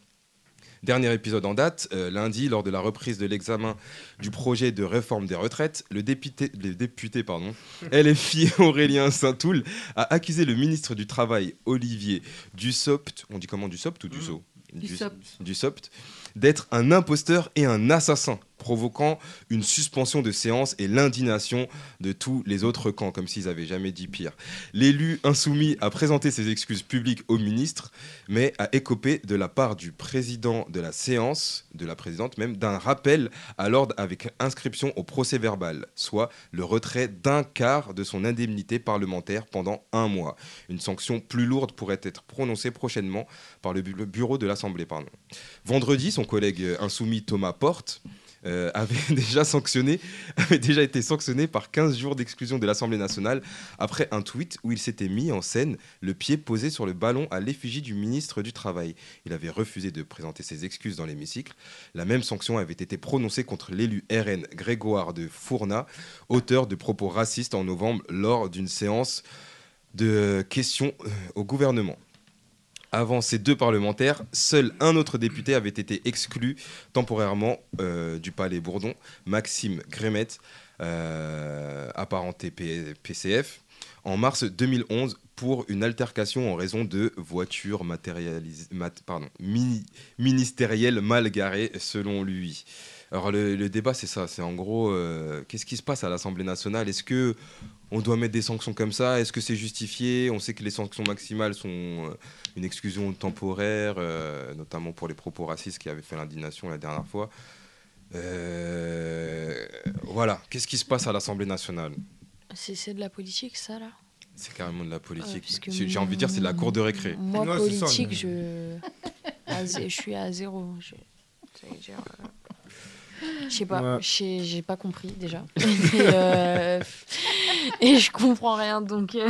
S1: Dernier épisode en date, euh, lundi, lors de la reprise de l'examen du projet de réforme des retraites, le député, le député pardon, LFI Aurélien Saint-Toul a accusé le ministre du Travail, Olivier Dussopt, on dit comment Dussopt ou Dussault
S3: Dussopt.
S1: Dussopt, d'être un imposteur et un assassin, provoquant une suspension de séance et l'indignation de tous les autres camps, comme s'ils avaient jamais dit pire. L'élu insoumis a présenté ses excuses publiques au ministre, mais a écopé de la part du président de la séance, de la présidente même, d'un rappel à l'ordre avec inscription au procès verbal, soit le retrait d'un quart de son indemnité parlementaire pendant un mois. Une sanction plus lourde pourrait être prononcée prochainement par le bu- le bureau de l'Assemblée. pardon. Vendredi, son collègue euh, insoumis Thomas Porte euh, avait déjà sanctionné, avait déjà été sanctionné par 15 jours d'exclusion de l'Assemblée nationale après un tweet où il s'était mis en scène le pied posé sur le ballon à l'effigie du ministre du Travail. Il avait refusé de présenter ses excuses dans l'hémicycle. La même sanction avait été prononcée contre l'élu RN Grégoire de Fourna, auteur de propos racistes en novembre lors d'une séance de questions euh, au gouvernement. Avant ces deux parlementaires, seul un autre député avait été exclu temporairement euh, du Palais Bourdon, Maxime Grémet, euh, apparenté P- PCF, en mars 2011 pour une altercation en raison de voitures matérialis- mat- pardon, mini- ministérielles mal garées, selon lui. Alors le, le débat, c'est ça, c'est en gros, euh, qu'est-ce qui se passe à l'Assemblée nationale Est-ce que on doit mettre des sanctions comme ça Est-ce que c'est justifié On sait que les sanctions maximales sont euh, une exclusion temporaire, euh, notamment pour les propos racistes qui avaient fait l'indignation la dernière fois. Euh, voilà, qu'est-ce qui se passe à l'Assemblée nationale
S5: C'est c'est de la politique, ça, là
S1: C'est carrément de la politique.
S5: Ouais, Ah, parce que
S1: J'ai j'ai envie de dire, c'est de la cour de récré.
S5: Moi,
S6: Ouais, c'est ça,
S5: politique,
S6: mais-
S5: je... à zé- je suis à zéro. Je ça veut dire, euh, je sais pas,
S12: Ouais.
S5: j'ai j'ai pas compris déjà. et, euh, et je comprends rien donc. euh,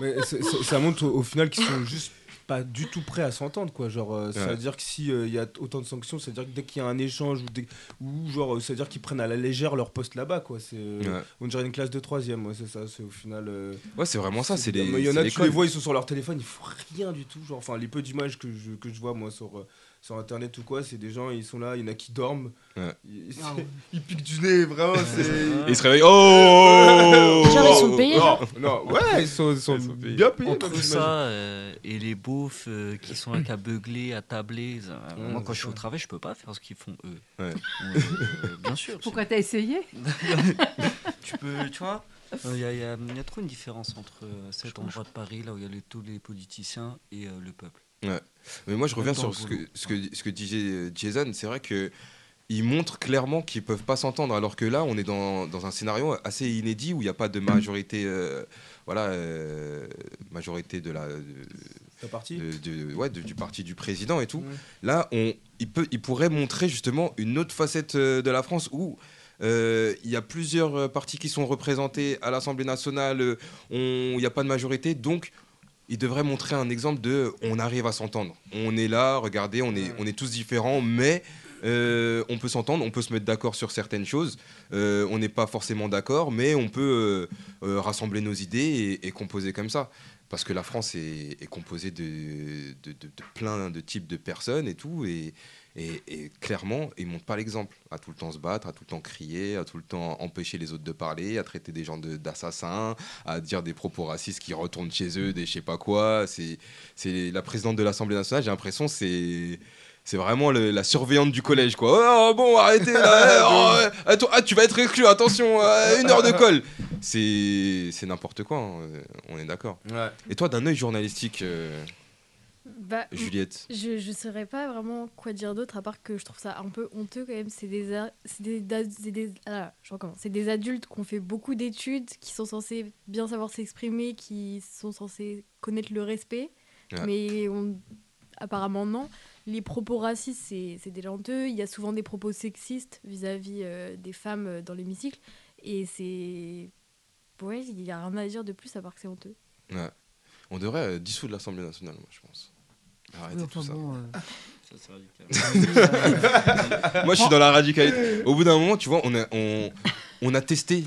S6: Mais c'est- c'est- ça montre au, au final qu'ils sont juste pas du tout prêts à s'entendre quoi genre euh, ça
S1: Ouais.
S6: veut dire que si euh, il y a autant de sanctions ça veut dire que dès qu'il y a un échange ou, dès- ou genre euh, ça veut dire qu'ils prennent à la légère leur poste là-bas quoi c'est euh,
S1: Ouais.
S6: on dirait une classe de troisième ouais, c'est ça c'est au final euh,
S1: Ouais, c'est vraiment ça, c'est les-
S6: mais il y en
S1: c'est
S6: a tu
S1: l'école.
S6: les vois ils sont sur leur téléphone ils font rien du tout genre enfin les peu d'images que je, que je vois moi sur euh, sur internet ou quoi c'est des gens ils sont là il y en a qui dorment
S1: Ouais.
S6: ils, ils piquent du nez vraiment c'est
S1: Ils se réveillent. Oh
S6: Genre, ils sont
S4: payés,
S6: Non,
S4: genre
S6: non, ouais, ils sont, ils sont bien payés.
S2: Entre
S6: comme tu
S2: ça
S6: imagines.
S2: euh, et les beaufs euh, qui sont là qu'à beugler, à tabler. ça,
S6: Ouais,
S2: moi,
S6: c'est
S2: quand je suis au travail, je peux pas faire ce qu'ils font eux. Euh, bien sûr.
S3: Pourquoi t'as essayé
S2: tu peux, tu vois,
S6: euh,
S2: il y, a- y a y a trop une différence entre euh, cet endroit de Paris, là où il y a les- tous les politiciens, et euh, le peuple.
S1: Ouais. Mais moi, je reviens
S2: Attends,
S1: sur ce
S2: boulot.
S1: que, ce que, ce que disait euh, Jason. C'est vrai que ils montrent clairement qu'ils peuvent pas s'entendre, alors que là, on est dans, dans un scénario assez inédit où il n'y a pas de majorité, euh, voilà, euh, majorité de la. de-
S6: La partie
S1: de- de- ouais, de- du parti du président et tout. Là, on, il, peut, il pourrait montrer justement une autre facette euh, de la France où euh, il y a plusieurs euh, partis qui sont représentés à l'Assemblée nationale, euh, on- il n'y a pas de majorité, donc il devrait montrer un exemple de on arrive à s'entendre. On est là, regardez, on est, on est tous différents, mais euh, on peut s'entendre, on peut se mettre d'accord sur certaines choses. Euh, on n'est pas forcément d'accord, mais on peut euh, euh, rassembler nos idées et, et composer comme ça. Parce que la France est, est composée de, de, de- de plein de types de personnes et tout. Et, et, et clairement, ils ne montrent pas l'exemple. À tout le temps se battre, à tout le temps crier, à tout le temps empêcher les autres de parler, à traiter des gens de- d'assassins, à dire des propos racistes qui retournent chez eux, des je sais pas quoi. C'est c'est la présidente de l'Assemblée nationale, j'ai l'impression, c'est. C'est vraiment le- la surveillante du collège, quoi. Oh, bon, arrêtez là. oh, ouais, attends, ah, tu vas être exclu, attention, euh, une heure de colle. C'est c'est n'importe quoi, hein, on est d'accord. Et toi, d'un œil journalistique, euh,
S7: Bah,
S1: Juliette
S7: Je ne saurais pas vraiment quoi dire d'autre, à part que je trouve ça un peu honteux quand même. C'est des, a- c'est des, da- c'est des- ah, je recommence. C'est des adultes qui ont fait beaucoup d'études, qui sont censés bien savoir s'exprimer, qui sont censés connaître le respect,
S12: Ouais.
S7: mais on- apparemment non. Les propos racistes, c'est c'est déjà honteux. Il y a souvent des propos sexistes vis-à-vis euh, des femmes euh, dans l'hémicycle. Et c'est... Ouais, il n'y a rien à dire de plus à part que c'est honteux.
S1: ouais. on devrait euh, dissoudre l'Assemblée nationale, moi, je pense. Arrêtez
S3: Oui,
S1: tout
S3: enfin,
S1: ça.
S3: bon, euh,
S2: Euh,
S1: Moi, je suis dans la radicalité. Au bout d'un moment, tu vois, on a, on, on a testé.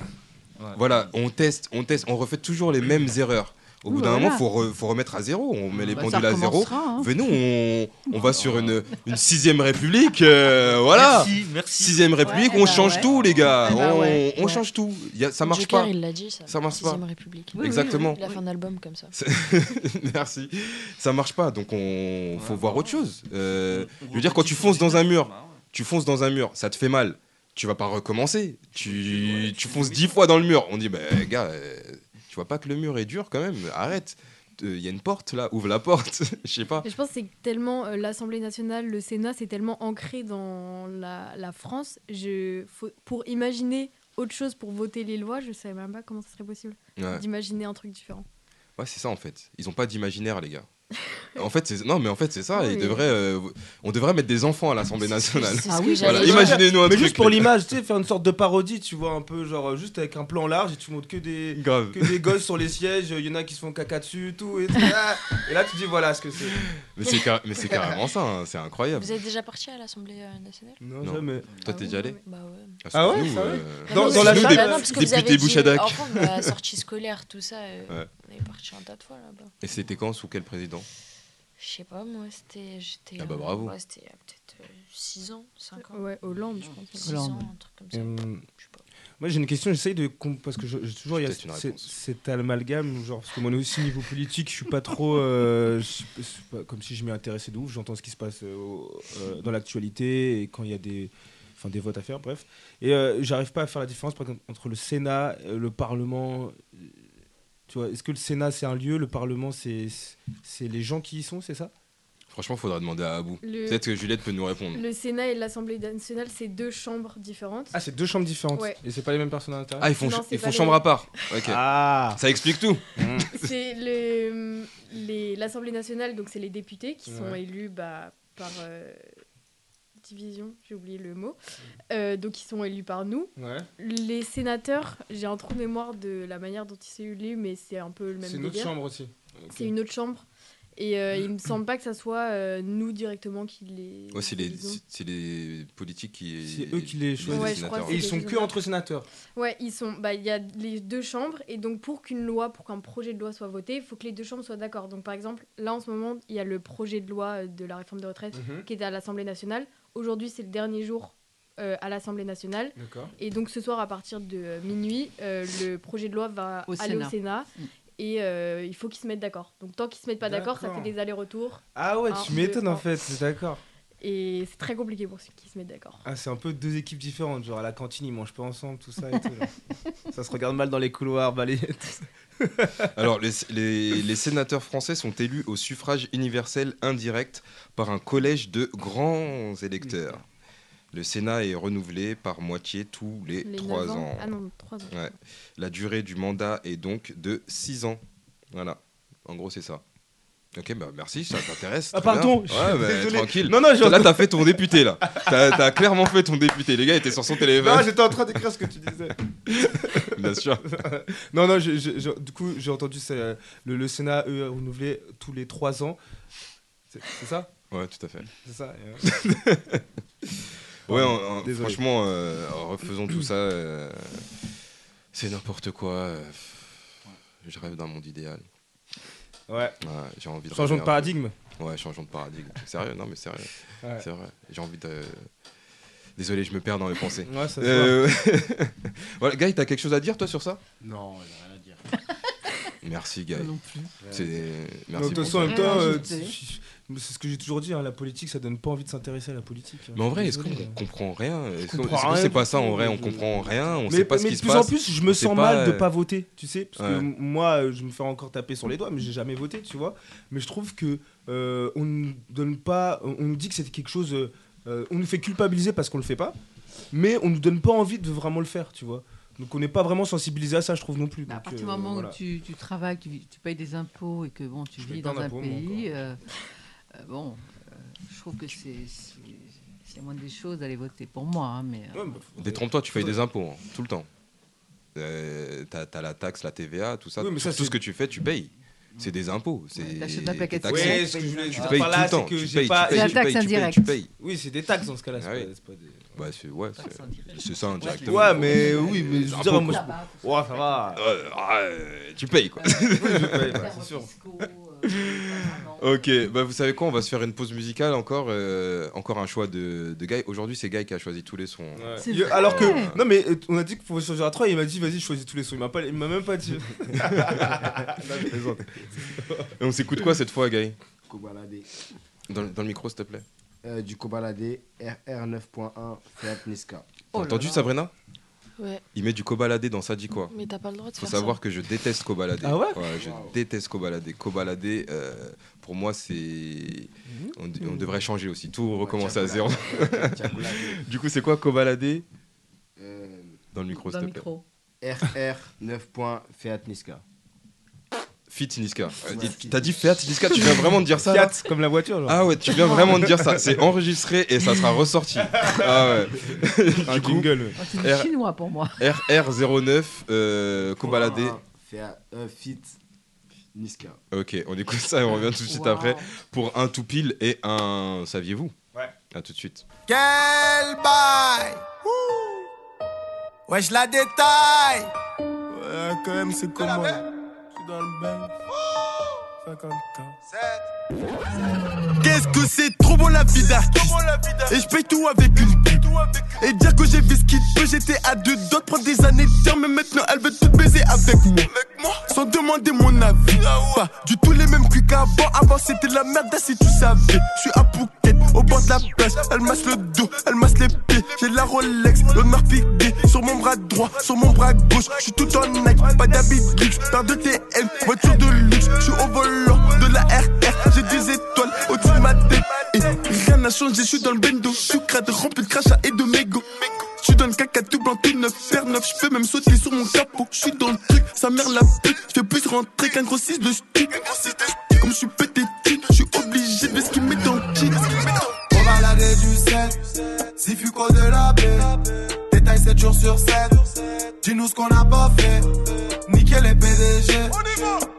S1: Voilà, on teste, on teste, on refait toujours les mêmes erreurs. Au
S3: Oui,
S1: bout d'un
S3: voilà.
S1: moment, il faut, re- faut remettre à zéro. On
S5: Ah
S1: met les
S3: Bah, ça
S1: pendules à zéro.
S3: recommencera, hein.
S1: Venez, on, on va sur une, une sixième république. euh, voilà.
S2: Merci, merci.
S1: Sixième république,
S5: Ouais,
S1: on
S5: bah
S1: change
S5: ouais.
S1: tout, les gars.
S5: Eh bah
S1: on
S5: ouais,
S1: on
S5: ouais.
S1: change tout. Y a- ça marche
S5: Joker,
S1: pas.
S5: il l'a dit, ça.
S1: marche pas.
S5: Sixième République.
S1: Oui, oui, Exactement. oui,
S5: Il
S1: oui.
S5: a fait un album comme ça.
S1: C'est- Merci. Ça marche pas, donc bah, on faut voir autre chose. Euh, je veux dire, quand tu fonces dans un mur, tu fonces dans un mur, ça te fait mal. Tu vas pas recommencer. Tu, tu fonces dix fois dans le mur. On dit, bah, gars, euh, tu vois pas que le mur est dur quand même. Arrête. Il y a une porte là, ouvre la porte. Je sais pas.
S7: Et je pense que c'est tellement euh, l'Assemblée nationale, le Sénat, c'est tellement ancré dans la, la France. Je, faut- pour imaginer autre chose, pour voter les lois, je ne savais même pas comment ça serait possible
S1: Ouais.
S7: d'imaginer un truc différent.
S1: Ouais, c'est ça en fait. Ils ont pas d'imaginaire, les gars. En fait, c'est non, mais en fait, c'est ça. Ils
S7: Oui.
S1: devraient, euh, on devrait mettre des enfants à l'Assemblée nationale.
S6: c'est ce
S1: Voilà,
S6: que j'allais dire.
S1: Imaginez-nous un
S6: Ah Mais
S1: truc,
S6: juste pour
S1: les-
S6: l'image, tu sais, faire une sorte de parodie, tu vois, un peu genre euh, juste avec un plan large et tu montres que des,
S1: Grave.
S6: que des gosses sur les sièges, euh, il y en a qui se font caca dessus, tout. Et, tout. Ah Et là, tu dis voilà ce que c'est.
S1: Mais c'est car- mais c'est carrément ça. hein, C'est incroyable.
S5: Vous êtes déjà parti à l'Assemblée euh, nationale
S6: Non,
S1: Non.
S6: jamais.
S1: Toi, t'es déjà allé
S5: Bah ouais.
S6: Ah ouais,
S1: Nous,
S6: ça
S1: euh,
S6: ouais. Dans- dans la
S1: nous,
S6: salle-
S1: des-
S6: Bah non,
S5: Ah Parce que vous avez
S1: députés
S5: dit, euh,
S1: Bouchadac.
S5: enfant, de la sortie scolaire, tout ça, euh,
S1: Ouais.
S5: on est parti un tas de fois là-bas.
S1: Et c'était quand sous quel président
S5: Je sais pas, moi, c'était. j'étais,
S1: Ah bah
S5: euh,
S1: bravo.
S5: ouais, c'était il y a peut-être 6 ans, 5 ans.
S7: Ouais, Hollande, je pense.
S5: 6
S6: Hollande.
S5: ans, un truc comme ça.
S6: Hum, Moi j'ai une question, j'essaye de com- parce que je- j'ai toujours il y a
S1: Peut-être une
S6: ce- cet amalgame genre parce que moi aussi niveau politique je suis pas trop euh, je suis pas- je suis pas- comme si je m'y intéressais de ouf, j'entends ce qui se passe euh, au- euh, dans l'actualité et quand il y a des enfin des votes à faire bref et euh, j'arrive pas à faire la différence par exemple entre le Sénat, euh, le Parlement euh, tu vois, est-ce que le Sénat c'est un lieu, le Parlement c'est c'est les gens qui y sont, c'est ça
S1: Franchement, faudra demander à Abou.
S7: Le-
S1: Peut-être que Juliette peut nous répondre.
S7: Le Sénat et l'Assemblée nationale, c'est deux chambres différentes.
S6: Ah, c'est deux chambres différentes
S7: Ouais.
S6: et c'est pas les mêmes personnes à l'intérieur.
S1: Ah, ils font,
S7: Non,
S1: ch-
S7: c'est
S1: ils
S7: pas
S1: font
S7: les-
S1: chambre à part. Ok.
S6: Ah.
S1: Ça explique tout.
S7: C'est le- les- l'Assemblée nationale, donc c'est les députés qui sont
S1: Ouais.
S7: élus bah, par euh, division, j'ai oublié le mot. Euh, donc ils sont élus par nous.
S6: Ouais.
S7: Les sénateurs, j'ai un trou de mémoire de la manière dont ils sont élus, mais c'est un peu le même
S6: C'est une autre
S7: délire.
S6: chambre aussi.
S7: C'est une autre chambre. Et euh, il me semble pas que ça soit euh, nous directement qui les.
S1: Ouais, c'est les,
S7: élisons.
S1: c'est- c'est les politiques qui.
S6: C'est eux qui les choisissent.
S7: Ouais, je crois que
S6: et ils
S7: c'est
S6: sont
S7: des
S6: que
S7: sénateurs.
S6: entre sénateurs.
S7: Ouais, ils sont. Bah, il y a les deux chambres et donc pour qu'une loi, pour qu'un projet de loi soit voté, il faut que les deux chambres soient d'accord. Donc par exemple, là en ce moment, il y a le projet de loi euh, de la réforme des retraites
S6: Mhm.
S7: qui est à l'Assemblée nationale. Aujourd'hui, c'est le dernier jour euh, à l'Assemblée nationale.
S6: D'accord.
S7: Et donc ce soir, à partir de euh, minuit, euh, le projet de loi va
S3: Au
S7: aller au
S3: Sénat.
S7: Sénat.
S3: Mm.
S7: Et euh, il faut qu'ils se mettent d'accord. Donc tant qu'ils se mettent pas d'accord, ça fait
S6: D'accord.
S7: des allers-retours.
S6: Ah ouais,
S7: Un,
S6: tu
S7: deux,
S6: m'étonnes en
S7: un.
S6: fait, c'est d'accord.
S7: Et c'est très compliqué pour ceux qui se mettent d'accord.
S6: Ah, c'est un peu deux équipes différentes, genre à la cantine ils mangent pas ensemble, tout ça et tout. genre. ça se regarde mal dans les couloirs, balais. tout ça.
S1: Alors, les, les- les sénateurs français sont élus au suffrage universel indirect par un collège de grands électeurs. Le Sénat est renouvelé par moitié tous les,
S7: Les
S1: trois
S7: neuf
S1: ans.
S7: Ah non, 3 ans.
S1: Ouais. La durée du mandat est donc de 6 ans. Voilà. En gros, c'est ça. Ok, bah merci, ça t'intéresse.
S6: Ah,
S1: très
S6: pardon,
S1: bien.
S6: je
S1: Ouais,
S6: suis
S1: bah,
S6: désolé.
S1: tranquille.
S6: Non, non, j'ai-
S1: Là, t'as fait ton député, là. T'as t'as clairement fait ton député. Les gars étaient sur son téléphone.
S6: Non, j'étais en train d'écrire ce que tu disais.
S1: Bien sûr.
S6: non, non, je- je- je- du coup j'ai entendu c'est, euh, le, le Sénat, eux, renouvelé tous les trois ans. C'est c'est ça
S1: Ouais, tout à fait.
S6: C'est ça et, euh,
S1: Ouais, en- en-
S6: Désolé.
S1: franchement, euh, refaisons tout ça. euh, c'est n'importe quoi. euh, je rêve d'un monde idéal.
S6: Ouais.
S1: j'ai envie de
S6: Changeons de
S1: rêver un peu.
S6: paradigme.
S1: Ouais, changeons de paradigme. Sérieux, non mais sérieux.
S6: Ouais.
S1: C'est vrai. J'ai envie de. Désolé, je me perds dans mes pensées.
S6: Ouais, ça se
S1: Euh, voilà, Guy, t'as quelque chose à dire toi sur ça
S8: Non, j'ai rien à dire.
S1: Merci, Guy.
S8: Moi non
S3: plus.
S1: C'est merci.
S6: Mais de toute
S1: pour
S6: façon,
S1: ça.
S6: en même temps,
S3: Ouais,
S6: euh,
S3: j'étais-
S6: tu- c'est ce que j'ai toujours dit, hein, la politique ça donne pas envie de s'intéresser à la politique. hein.
S1: Mais en vrai, est-ce qu'on
S6: Euh, Désolé.
S1: comprend rien Est-ce qu'on-
S6: comprends
S1: est-ce que
S6: rien
S1: c'est
S6: du
S1: pas ça en
S6: tout.
S1: vrai On comprend rien. On
S6: mais,
S1: sait pas ce
S6: mais
S1: qui
S6: de
S1: se
S6: plus
S1: passe.
S6: en plus, je me
S1: on sait
S6: sens mal de
S1: euh,
S6: pas voter, tu sais, parce que
S1: Ouais.
S6: m- moi, euh, je me fais encore taper sur les doigts, mais j'ai jamais voté, tu vois. Mais je trouve que euh, on nous donne pas, on on nous dit que c'est quelque chose, euh, euh, on nous fait culpabiliser parce qu'on le fait pas, mais on nous donne pas envie de vraiment le faire, tu vois. Donc on n'est pas vraiment sensibilisé à ça, je trouve non plus.
S3: Bah, à
S6: Donc,
S3: partir du
S6: euh,
S3: moment
S6: voilà.
S3: où tu, tu travailles, tu, vis- tu payes des impôts et que bon, tu
S6: paye
S3: vis
S6: pas
S3: dans un
S6: d'impôts, moi,
S3: pays, euh, euh, bon, euh, je trouve que c'est c'est- c'est la moindre des choses d'aller voter pour moi. hein, mais, euh,
S6: bah,
S1: Détrompe-toi, tu payes des impôts hein, tout le temps. Euh, t'as, t'as la taxe, la TVA, tout ça.
S6: Oui, mais
S1: tout,
S6: ça,
S1: tout
S6: c'est-
S1: ce que tu fais, tu payes. c'est des impôts. C'est
S3: t'achètes la plaquette
S1: taxé.
S3: son.
S6: Ouais, ce que je voulais
S1: Tu
S6: dire
S1: payes
S6: par
S1: tout
S6: là,
S1: le temps.
S6: c'est que
S1: tu
S6: j'ai
S1: payes,
S6: pas-
S1: tu
S6: C'est
S1: payes,
S6: la
S1: tu
S6: taxe
S1: payes, tu payes,
S6: indirecte.
S1: tu payes.
S6: Oui, c'est des taxes dans ce cas-là, c'est
S1: Ah oui.
S6: pas- c'est pas des-
S1: Bah, c'est ouais, c'est- c'est ça
S6: Ouais,
S1: indirectement.
S6: ouais, mais oui, mais je veux
S1: Impôts,
S6: dire, moi,
S1: quoi.
S6: je- Ouais, ça va.
S1: Euh, euh, tu payes quoi.
S6: bah, c'est sûr.
S1: Ok, bah vous savez quoi, on va se faire une pause musicale encore, euh, encore un choix de, de Guy. Aujourd'hui, c'est Guy qui a choisi tous les sons.
S6: Ouais. Il- Alors que, non mais euh, on a dit qu'il faut choisir à 3, il m'a dit vas-y, choisis tous les sons. Il m'a pas- il m'a même pas dit.
S1: je plaisante. Et on s'écoute quoi cette fois, Guy
S8: Kobalade.
S1: dans, dans le micro, s'il te plaît.
S8: Euh, du Kobalade, RR 9.1, Fiat Niska.
S1: T'as entendu Sabrina
S5: Oh Ouais.
S1: Il met du cobaladé dans ça dit quoi
S5: Mais t'as pas le droit de
S1: Faut
S5: faire
S1: savoir
S5: ça.
S1: que je déteste cobaladé.
S5: Ah ouais
S1: Je déteste cobaladé. Cobaladé, euh, pour moi, c'est.
S5: Mhm.
S1: On, d- on devrait changer aussi, tout recommencer à zéro. du coup, c'est quoi cobaladé
S8: Euh,
S1: Dans le micro, s'il te plaît.
S8: RR 9. Fiat Niska.
S1: Fit Niska. Euh,
S8: Ouais.
S1: T'as dit Fiat Niska, tu viens vraiment de dire ça là
S6: Fiat, comme la voiture. genre.
S1: Ah ouais, tu viens vraiment de dire ça. C'est enregistré et ça sera ressorti. Ah ouais.
S6: Un
S1: Du coup,
S6: jingle.
S3: Oh, c'est du
S1: R-
S3: chinois pour moi.
S1: RR09, euh, Kobalade.
S8: Fiat, euh, Fit Niska.
S1: Ok, on écoute ça et on revient tout de suite après pour un tout pile et un saviez-vous
S15: Ouais.
S1: À tout de suite.
S16: Quel bail Ouh. Ouais, je la détaille Ouais, quand même, c'est comment Je suis dans le bain. 50 Qu'est-ce que c'est trop beau la vie d'artiste Et je paye tout avec une pipe Et dire que j'ai vu ce qu'il peut J'étais à deux d'autres prendre des années de terme Mais maintenant elle veut tout baiser avec moi Ah Sans demander mon avis Pas du tout les mêmes cuits qu'avant Avant c'était la merde là, si tu savais Je suis à Phuket au bord de la plage Elle masse le dos, elle masse les pieds J'ai la Rolex, l'honneur piqué Sur mon bras droit, sur mon bras gauche Je suis tout en Nike, pas d'habit de luxe Paire de TM, voiture de luxe Je suis au volant de la RR J'ai des étoiles au-dessus de ma tête Et rien n'a changé, je suis dans le bendo Je suis crade, rempli de crachat et de mégots je suis dans le caca tout blanc, tout neuf, faire neuf, je peux même sauter sur mon capot, je suis dans le truc, sa mère la pute, je fais plus rentrer qu'un gros 6 de stup. Comme je suis pété de je suis obligé de faire ce qu'il met dans le kit. On va la du 7, si fut qu'au de la baie, détail 7 jours sur 7, dis-nous ce qu'on n'a pas fait, nickel et PDG,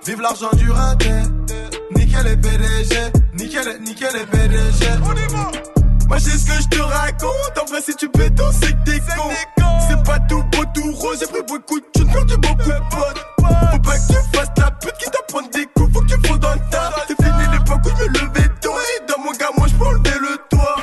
S16: vive l'argent du raté, nickel et PDG, nickel et, nickel et PDG, moi j'ai ce que je te raconte, en vrai si tu peux tout c'est que t'es con C'est pas tout beau tout rose, j'ai pris beaucoup de thunes, perdu beaucoup de potes Faut pas que tu fasses la pute qui t'apprend des coups, faut que tu fondes dans le tas C'est fini l'époque où je me levais tôt et dans mon gars moi je enlever le toit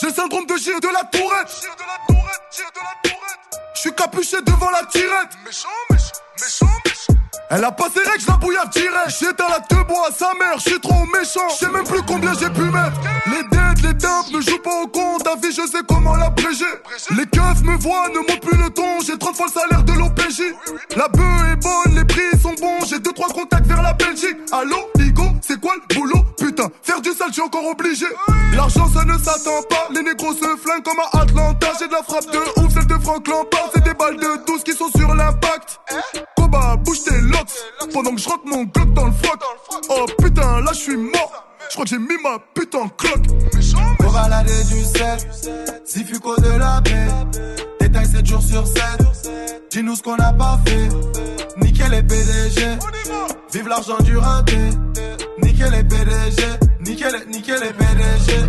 S16: J'ai le syndrome de Gilles de la Tourette Gilles de la Tourette, Gilles de la Tourette Je suis capuché devant la tirette Méchant, méchant, méchant, méchant elle a pas ses règles, je la bouille à tirer. J'étais à la deux bois à sa mère, je suis trop méchant. Je sais même plus combien j'ai pu mettre. Les dettes, les tapes ne jouent pas au compte. Ta vie, je sais comment l'abréger. Les keufs me voient, ne montent plus le ton. J'ai 30 fois le salaire de l'OPJ. La bœuf est bonne, les prix sont bons. J'ai deux, trois contacts vers la Belgique. Allô, Bigo, c'est quoi le boulot Putain, faire du sale, je suis encore obligé. L'argent, ça ne s'attend pas. Les négros se flinguent comme à Atlanta. J'ai de la frappe de ouf, celle de Franck Lampard. C'est des balles de 12 qui sont sur l'impact. Koba, bouge tes locks Pendant que je rentre mon glock dans le froc Oh putain, là je suis mort Je crois que j'ai mis ma putain en cloque On va lader du sel Si fut qu'au de la paix Détail 7 jours sur 7 Dis-nous ce qu'on n'a pas fait Nickel et PDG Vive l'argent du raté Nickel et PDG Nickel et, nickel et PDG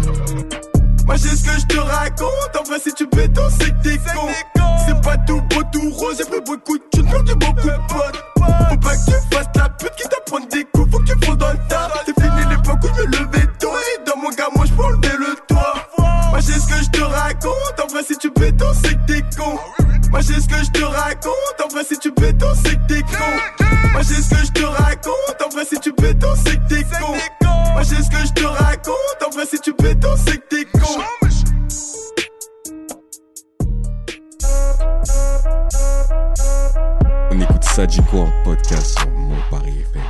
S16: moi j'ai ce que je te raconte, en vrai si tu pétons c'est que t'es con C'est pas tout beau tout rose, j'ai pris beaucoup de thunes, perdu beaucoup de potes Faut pas que tu fasses la pute qui t'apprend des coups, faut que tu fondes dans le tas C'est fini l'époque où je me levais tôt et dans mon gars moi je enlever le toit Moi j'ai ce que je te raconte, en vrai si tu pétons c'est que t'es con Moi j'ai ce que je te raconte, en vrai si tu pétons c'est que t'es con Moi j'ai ce que je te raconte, en vrai si tu pétons c'est que t'es con Moi j'ai ce que je te raconte, en vrai si tu pétons c'est que t'es con
S14: On écoute Sadiko en podcast sur Mon Paris FM.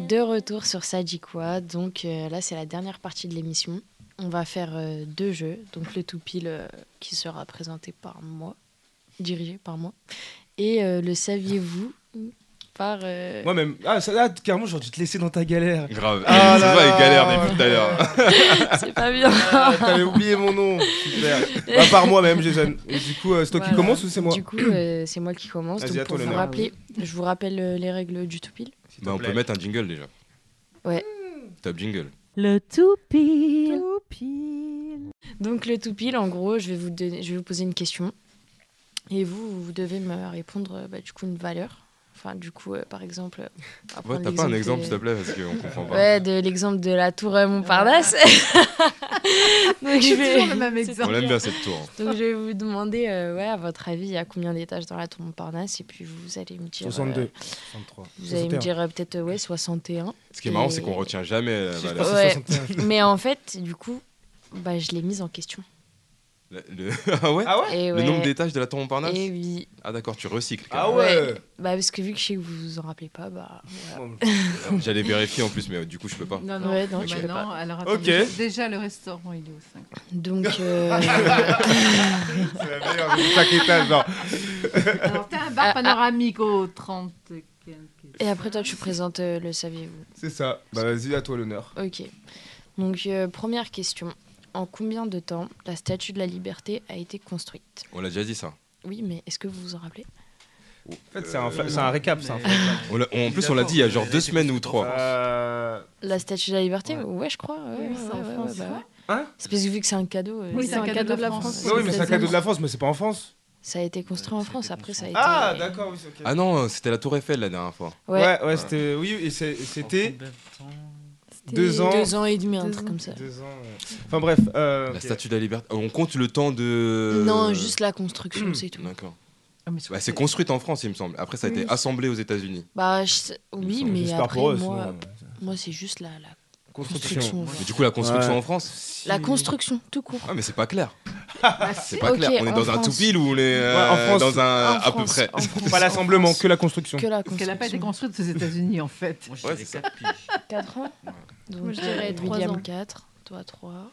S5: De retour sur Sadikwa, donc euh, là c'est la dernière partie de l'émission. On va faire euh, deux jeux, donc le tout pile euh, qui sera présenté par moi, dirigé par moi, et euh, le saviez-vous par. euh,
S6: Moi-même. Ah, ça, là, carrément, j'aurais dû te laisser dans ta galère.
S1: Grave.
S6: Ah
S1: Tu
S6: là
S1: vois, il
S6: là.
S1: galère depuis tout à l'heure.
S5: C'est pas bien.
S6: Ah, T'avais oublié mon nom. Super. Bah, À part moi-même, Jason. Et du coup, euh, c'est toi qui
S5: Voilà.
S6: commence ou c'est moi
S5: Du coup, euh, c'est moi qui commence.
S6: Vas-y,
S5: Donc,
S6: à
S5: pour
S6: toi
S5: vous
S6: l'honneur.
S5: rappeler, je vous rappelle euh, les règles du tout pile.
S1: Bah, on peut mettre un jingle déjà.
S5: Ouais.
S1: Top jingle.
S5: Le tout pile. Donc le tout pile, en gros, je vais vous donner, je vais vous poser une question et vous, vous devez me répondre euh, bah, du coup une valeur. Enfin, du coup, euh, par exemple. on va
S1: Ouais,
S5: prendre
S1: t'as pas un
S5: l'exemple
S1: exemple,
S5: de-
S1: s'il te plaît, parce qu'on comprend pas.
S5: Ouais, de l'exemple de la tour euh, Montparnasse.
S3: C'est
S5: Donc je vais.
S3: toujours le même exemple.
S1: On l'aime bien, cette tour. hein.
S5: Donc je vais vous demander, euh, ouais, à votre avis, il y a combien d'étages dans la tour Montparnasse et puis vous allez me dire.
S6: 62.
S5: 63. Vous allez
S1: 61.
S5: me dire euh, peut-être euh, ouais 61.
S1: Ce qui est marrant,
S5: Et-
S1: c'est qu'on retient jamais euh, la valeur.
S5: Ouais. Mais en fait, du coup, bah, je l'ai mise en question.
S1: Le- le- Ah ouais,
S5: Et
S1: Le
S5: Eh ouais.
S1: nombre d'étages de la tour Montparnasse
S5: Et oui.
S1: Ah d'accord, tu recycles.
S6: Ah
S1: carrément.
S5: Bah, parce que vu que je sais que vous vous en rappelez pas, bah. voilà.
S3: Oh,
S6: Ah.
S1: J'allais vérifier en plus, mais euh, du coup, je peux pas.
S3: Non, non,
S5: Ouais, non,
S3: bah
S5: tu peux
S3: non,
S5: pas.
S3: alors
S1: Ok.
S3: attendez, déjà le restaurant il est au 5.
S5: Donc. euh,
S3: C'est la meilleure, c'est chaque étage, genre. Alors t'as un
S5: Ah,
S3: bar
S5: ah.
S3: panoramique au 30 quelques.
S5: Et après, toi, tu présentes euh, le saviez-vous.
S6: C'est ça. Bah, vas-y, à toi l'honneur.
S5: Ok. Donc, euh, première question. En combien de temps la Statue de la Liberté a été construite
S1: On l'a déjà dit ça.
S5: Oui, mais est-ce que vous vous en rappelez
S6: En fait, c'est un, fla- c'est un récap, ça.
S5: euh,
S1: On l'a- en plus, on l'a dit il y a genre deux semaines ou trois.
S6: euh,
S5: La Statue de la Liberté Ouais, je crois. ouais,
S7: Oui, c'est en
S5: ouais, ouais,
S7: France.
S5: ouais, bah ouais.
S6: Hein
S5: C'est parce que vu que c'est un cadeau. euh,
S7: Oui, c'est un cadeau de la France.
S6: Non, oui, mais c'est un cadeau de la France, mais c'est pas en France.
S5: Ça a été construit en France, après ça a été.
S6: Ah, d'accord, oui, c'est ok.
S1: Ah non, euh, c'était la tour Eiffel la dernière fois.
S5: Ouais.
S6: ouais, c'était. Oui, et c'est- c'était. Deux
S5: C'était
S6: ans.
S5: euh, Deux ans et demi, un truc comme ça.
S6: Enfin bref. euh,
S1: La
S6: ok.
S1: statue de la liberté. On compte le temps de.
S6: Euh,
S5: Non, juste la construction, c'est tout.
S1: D'accord.
S7: Ah,
S3: mais
S1: Bah, c'est construite en France, il me semble. Après, ça a
S5: Oui.
S1: été assemblé aux États-Unis.
S5: Bah, je- oui,
S1: semble.
S5: mais
S1: J'espère
S5: après,
S1: pour eux,
S5: moi,
S1: sinon,
S6: euh,
S5: moi c'est juste la, la
S1: Construction.
S5: construction.
S1: Mais du coup, la construction
S6: Ouais.
S1: en France
S5: La construction, tout court.
S1: Ah, mais c'est pas clair. c'est
S6: Bah,
S5: si.
S1: pas
S5: Ok,
S1: clair. On est
S5: en
S1: dans un
S5: France.
S1: tout pile ou on est euh,
S6: Ouais, en France.
S1: dans un
S6: En
S1: à peu
S6: France,
S1: près
S6: en France, Pas l'assemblement, en France. que la construction.
S5: Que la
S3: Parce qu'elle n'a pas été
S5: construction.
S3: construite aux États-Unis en fait.
S1: Ouais, c'est ça.
S5: 4 ans Donc,
S7: Moi, je dirais trois
S5: William
S7: ans.
S5: 4, toi 3.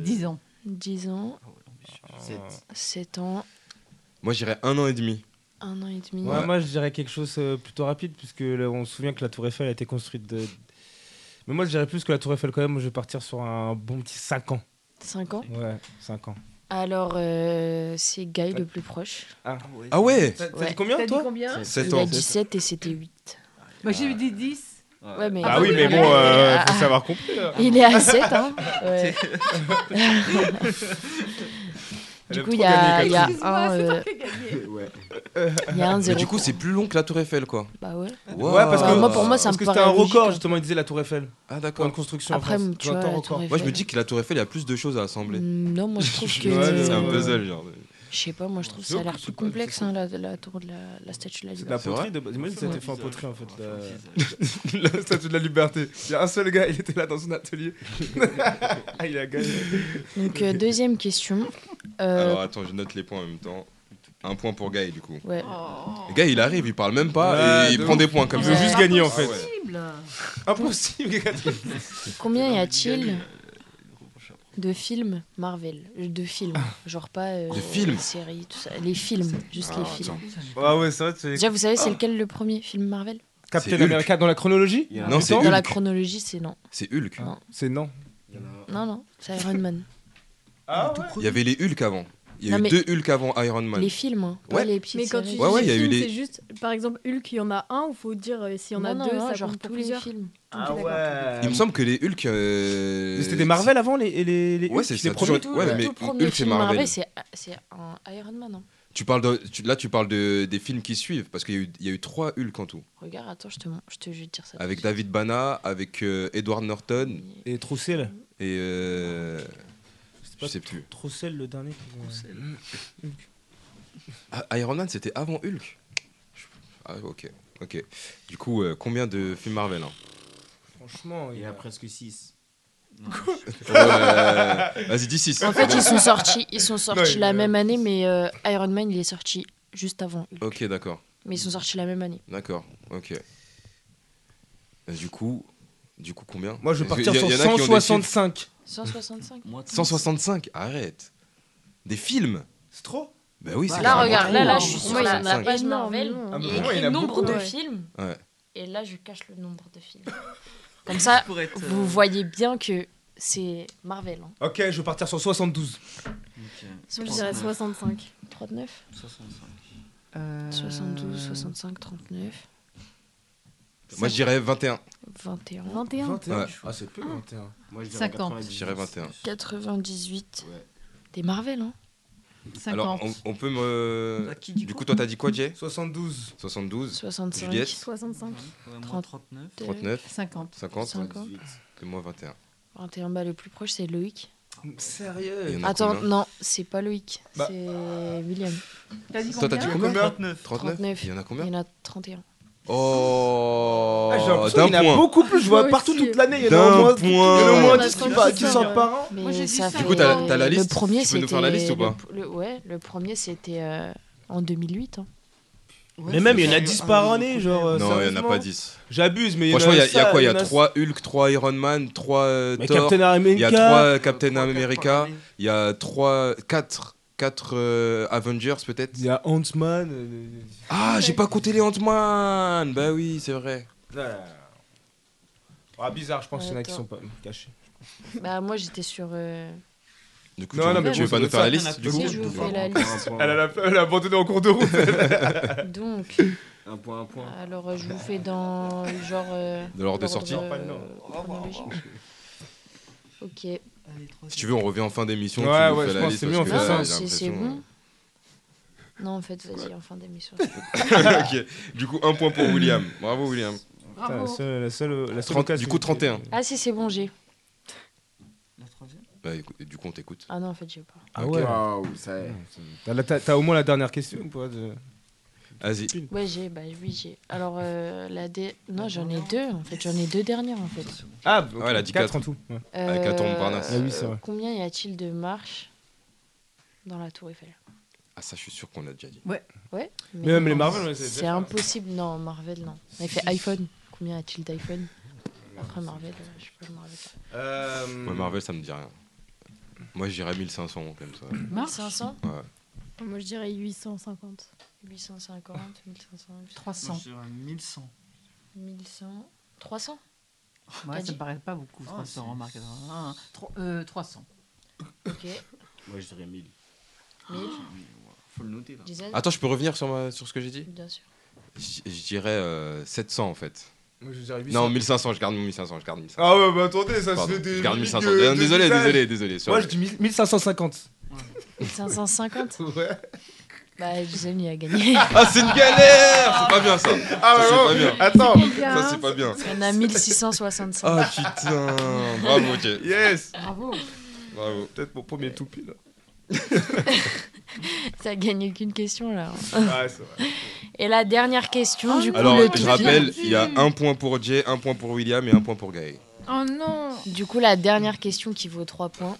S3: Dix ans.
S5: 10 ans,
S6: Ah
S5: 7 ans,
S1: Moi, j'irais un an et demi.
S5: 1 an et demi.
S6: Ouais, moi je dirais quelque chose euh, plutôt rapide, puisque là, on se souvient que la Tour Eiffel a été construite de. Mais moi je dirais plus que la Tour Eiffel quand même, je vais partir sur un bon petit 5 ans.
S5: 5 ans.
S6: Ouais, 5 ans.
S5: Alors, euh, c'est Guy le plus proche.
S6: Ah,
S1: Ah ouais
S6: T'as t'as dit combien
S3: T'as dit
S6: toi
S3: combien
S1: Sept
S5: Il
S1: ans.
S5: a 17 et c'était 8.
S3: Moi j'ai eu dit 10.
S5: Ouais, mais...
S6: Ah oui, mais bon, euh, faut savoir compter. hein.
S5: Il est à 7, hein ouais.
S6: Elle
S5: Du
S6: aime
S5: coup, il
S6: trop
S5: y a,
S6: gagner,
S5: il y a
S6: Catherine.
S5: un... euh, Il y a un
S1: Mais
S5: zéro.
S1: du coup, c'est plus long que la tour Eiffel, quoi.
S5: Bah ouais.
S1: Wow.
S6: Ouais, parce que,
S5: Bah, moi, pour moi, ça
S6: parce
S5: me
S6: que
S5: paraît
S6: c'était un
S5: logique,
S6: record,
S5: hein.
S6: justement, il disait la Tour Eiffel.
S1: Ah d'accord.
S6: Une construction
S5: Après,
S6: en France.
S5: tu vois,
S6: 20 ans
S5: la
S6: record.
S5: Tour Eiffel. Mm,
S1: Moi, je me dis que la tour Eiffel, il y a plus de choses à assembler.
S5: Non, moi, je trouve que...
S1: C'est un puzzle, genre.
S5: Je sais pas, moi, je trouve que ça a l'air plus complexe, hein, la, la tour de la, la statue de la
S6: C'est de la
S5: liberté.
S6: poterie de base. Imagine, ça a été
S5: Ouais.
S6: fait en poterie en fait. euh, La... la statue de la liberté. Il y a un seul gars, il était là dans son atelier. ah, il a gagné.
S5: Donc, euh, deuxième question. Euh,
S1: Alors attends, je note les points en même temps. Un point pour Guy, du coup.
S5: ouais.
S1: Le gars, il arrive, il parle même pas
S6: Ouais,
S1: et il
S6: de
S1: prend
S6: ouf.
S1: des points comme
S6: Il
S1: ça. Ah
S6: veut juste gagner en fait. Impossible, Catherine.
S5: Combien y a-t-il de films Marvel Euh, De films, genre pas euh,
S1: De films
S5: séries, tout ça. Les films, juste
S1: Ah,
S5: les films.
S1: attends.
S6: Ah ouais, ça, c'est.
S5: Déjà, vous savez,
S1: Ah,
S5: c'est Ah. lequel le premier film Marvel
S6: Captain
S1: C'est Hulk.
S6: America dans la chronologie
S1: a un Ah, Non, c'est
S5: Dans la
S1: Hulk.
S5: chronologie, c'est non.
S1: C'est Hulk.
S6: Ah, C'est non.
S5: Non, non, c'est Iron Man. Ah
S1: Il y avait les Hulk avant. Il y a
S5: Non,
S1: eu
S5: mais-
S1: deux Hulk avant Iron Man.
S5: Les films, hein, pas
S1: Ouais.
S5: les petites
S7: Mais quand tu
S5: séries.
S7: dis
S1: Ouais, ouais, il y a eu
S7: film,
S1: les-
S7: c'est juste, par exemple, Hulk, il y en a un, il faut dire euh, s'il y en a
S5: Non, non,
S7: deux,
S5: non,
S7: ça
S5: genre
S7: compte pour
S5: tous les
S7: plusieurs.
S5: films.
S8: Ah
S7: Ok, d'accord.
S1: Il me semble que les Hulk. euh,
S6: Mais C'était des Marvel avant les, et les, les
S1: Ouais,
S6: Hulk,
S1: c'est
S6: les
S1: ça,
S6: premiers
S1: toujours- ouais,
S5: Le
S1: mais
S5: tout premier
S1: Hulk, c'est
S5: film
S1: Marvel.
S5: Marvel, c'est c'est un Iron Man. hein.
S1: Tu parles de, tu- là, tu parles de, des films qui suivent parce qu'il y, a eu- il y a eu trois Hulk en tout.
S5: Regarde, attends, je te, mon- je te je vais te dire ça.
S1: Avec David Bana, avec euh, Edward Norton
S6: Et Troussel.
S1: et. euh, je
S6: pas
S1: sais plus.
S6: Troussel le dernier.
S1: Ah, Iron Man, c'était avant Hulk Je- Ah, ok. Ok. Du coup, euh, combien de films Marvel hein
S6: Franchement,
S8: Il y a presque 6.
S1: Euh, Vas-y, dis 6.
S5: En fait, ils sont sortis, ils sont
S1: Ah Non,
S5: sortis
S1: il-
S5: la même année, mais euh, Iron Man, il est sorti juste avant. Hulk.
S1: Ok, d'accord.
S5: Mais ils sont sortis la même année.
S1: D'accord, ok. Bah, Du coup, du coup combien
S6: Moi, je vais
S1: Parce que
S6: partir
S1: y a-
S6: sur
S1: y en a qui ont des chiffres.
S6: 165.
S5: 165
S1: 165 Arrête. Des films
S6: C'est trop
S1: Bah oui, c'est
S5: Là,
S1: carrément
S5: regarde,
S1: trop,
S5: là,
S1: hein,
S5: là, je suis
S1: sur
S5: sur la, la
S1: 65.
S5: page Marvel.
S1: Ah, mais
S5: Il y a
S1: vraiment, il y
S5: écrit
S1: en a
S5: nombre
S1: beaucoup,
S5: de
S1: ouais.
S5: films.
S1: Ouais.
S5: Et là, je cache le nombre de films. Comme
S8: Ah,
S5: ça,
S6: Pour être, euh,
S5: vous voyez bien que c'est Marvel. hein.
S6: Ok, je vais partir sur 72.
S7: Je dirais 65.
S5: 39
S2: 65.
S3: Euh,
S5: 72, 65, 39,
S1: Moi, je dirais 21.
S5: 21.
S7: 21.
S1: Ouais.
S6: Ah, c'est peu, 21.
S8: Moi, je
S5: dirais 50.
S1: 90. Je dirais 21.
S5: 98. Des Marvel, hein
S1: Alors, on, on peut me. du, coup, toi, t'as dit quoi, Jay 72. 72.
S5: 65.
S1: Juliette
S7: 65.
S5: 39.
S1: 39.
S3: 50.
S1: 50.
S5: 50.
S1: Et moi, 21.
S5: 21, bah le plus proche, c'est Loïc.
S6: Sérieux
S5: Attends, non, c'est pas Loïc, c'est William.
S1: Bah. Toi, t'as dit combien 39.
S5: 39.
S1: Il y en a combien
S5: Il y en a 31.
S1: Oh
S6: Ah, j'ai l'impression
S1: D'un
S6: qu'il y en a
S1: point.
S6: beaucoup plus, je vois
S5: Moi
S6: partout
S5: aussi.
S6: toute l'année. Il y en a au
S1: D'un
S6: moins, il y en a au moins
S1: point.
S6: 10 qui, va- qui sortent par an.
S5: Mais
S1: Moi, j'ai
S5: ça
S1: dit ça.
S5: fait-
S1: Du coup, t'as- t'as la
S5: Le
S1: liste
S5: premier,
S1: Tu peux nous faire la
S5: c'était
S1: liste ou pas
S5: le- le- Ouais, le premier, c'était euh, en 2008. hein.
S6: Ah, mais même, il y en a 10 par
S1: Ah,
S6: année, genre. euh,
S1: Non, il n'y en a
S6: sérieusement.
S1: pas 10.
S6: J'abuse, mais il y en a
S1: Franchement, il y, a- il y a
S6: ça,
S1: quoi Il y
S6: il
S1: a
S6: y en a
S1: 3 Hulk, 3 Iron Man, 3
S6: Mais
S1: Thor.
S6: Captain
S1: Il y a
S6: America.
S1: 3 Captain America. Il y a 3, 4, 4 euh, Avengers peut-être.
S6: Il y a Ant-Man. euh,
S1: Ah, j'ai pas compté les Ant-Man Bah oui, c'est vrai.
S6: euh, là, là, là. Ah, bizarre, je pense qu'il y en a qui
S5: Attends.
S6: sont pas cachés.
S5: Bah, moi, j'étais sur. euh,
S1: Du coup, tu veux- tu veux pas nous faire la liste du
S5: Si,
S1: coup
S5: je vous fais la liste.
S6: Elle a la- elle a abandonné en cours de route.
S5: Donc.
S8: Un point, un point.
S5: Alors, euh, je vous fais dans le genre. euh,
S1: De l'ordre de sortie.
S5: euh,
S1: Pas
S6: de nom.
S5: chronologique. Ok.
S1: Si tu veux, on revient en fin d'émission.
S6: Ouais,
S1: tu nous
S6: ouais,
S1: fais
S6: je
S1: la
S6: pense
S1: liste
S6: que c'est
S1: parce
S6: mieux,
S1: que
S6: on fait
S1: là,
S6: ça.
S1: j'ai
S5: C'est c'est
S1: l'impression-
S5: bon. Non, en fait, vas-y, en fin d'émission.
S1: ok, du coup, un point pour William. Bravo, William.
S6: Mm. Putain, la seule- la seule- la seule
S1: 30
S6: occasion
S1: du coup,
S6: qui-
S1: 31.
S5: Ah, si, c'est bon, j'ai.
S1: Bah, écoute, du coup, on t'écoute.
S5: Ah non, en fait, j'ai pas.
S6: Ah ouais. T'as- Bah, T'as t'as au moins la dernière question ou pas de-
S1: Vas-y.
S5: Ouais, j'ai, bah oui, j'ai. Alors, euh, la D. Non, j'en ai deux, en fait. J'en ai deux dernières, en fait.
S6: Ah, bah,
S1: Ouais, elle a dit
S6: quatre
S1: quatre.
S6: en tout. ouais.
S1: Avec la tour Montparnasse.
S6: Ah oui, c'est vrai.
S5: Euh, Combien y a-t-il de marches dans la Tour Eiffel
S1: Ah, ça, je suis sûr qu'on l'a déjà dit.
S3: Ouais.
S5: Ouais.
S6: Mais même les Marvel, ouais, c'est
S5: C'est
S6: déjà-
S5: impossible, non, Marvel, non. On avait fait iPhone. Combien y a-t-il d'iPhone Après Marvel, euh, je sais pas, je me rappelle pas.
S6: Euh,
S1: Moi, Marvel, ça me dit rien. Moi, j'irais 1500 comme ça.
S5: 500
S1: Ouais.
S7: Moi, je dirais 850.
S5: 850, 1500,
S3: 300.
S2: 1100.
S5: 1100, 300
S3: Ouais,
S5: T'as
S3: ça
S5: dit
S3: me paraît pas beaucoup,
S8: Ah,
S3: 300, remarque. Un, tro- euh, 300.
S5: Ok.
S8: Moi, je dirais 1000.
S5: 1000
S8: Ah, Faut le noter, là.
S5: Dizaine
S1: Attends, je peux revenir sur, ma- sur ce que j'ai dit
S5: Bien sûr.
S1: Je je dirais euh, 700 en fait.
S6: Moi, je dirais
S1: Non,
S6: 800.
S1: 1500, je garde mon 1500, je garde 1500.
S6: Ah ouais, bah attendez, ça
S1: Pardon,
S6: se fait des.
S1: je garde
S6: limites
S1: 1500.
S6: de-
S1: Euh,
S6: de
S1: désolé,
S6: visage.
S1: désolé, désolé,
S6: Moi,
S1: sorry.
S6: je dis 1000 1550.
S5: 550
S6: Ouais.
S5: Bah, Jason, il a gagné.
S1: Ah, c'est une galère C'est pas bien ça Ça,
S6: Ah,
S1: c'est
S6: vraiment
S1: pas bien.
S6: Attends.
S1: Ça, c'est pas bien.
S5: Il y en a 1665.
S1: Ah putain Bravo, ok.
S6: Yes
S5: Bravo
S1: Bravo.
S6: Peut-être mon premier toupie là.
S5: T'as gagné qu'une question là.
S6: Ouais, c'est vrai.
S5: Et la dernière question, Oh, du coup,
S1: Alors,
S5: le
S1: je
S5: tout
S1: rappelle, il y a un point pour Jay, un point pour William et un point pour Gaël.
S5: Oh non Du coup, la dernière question qui vaut 3 points.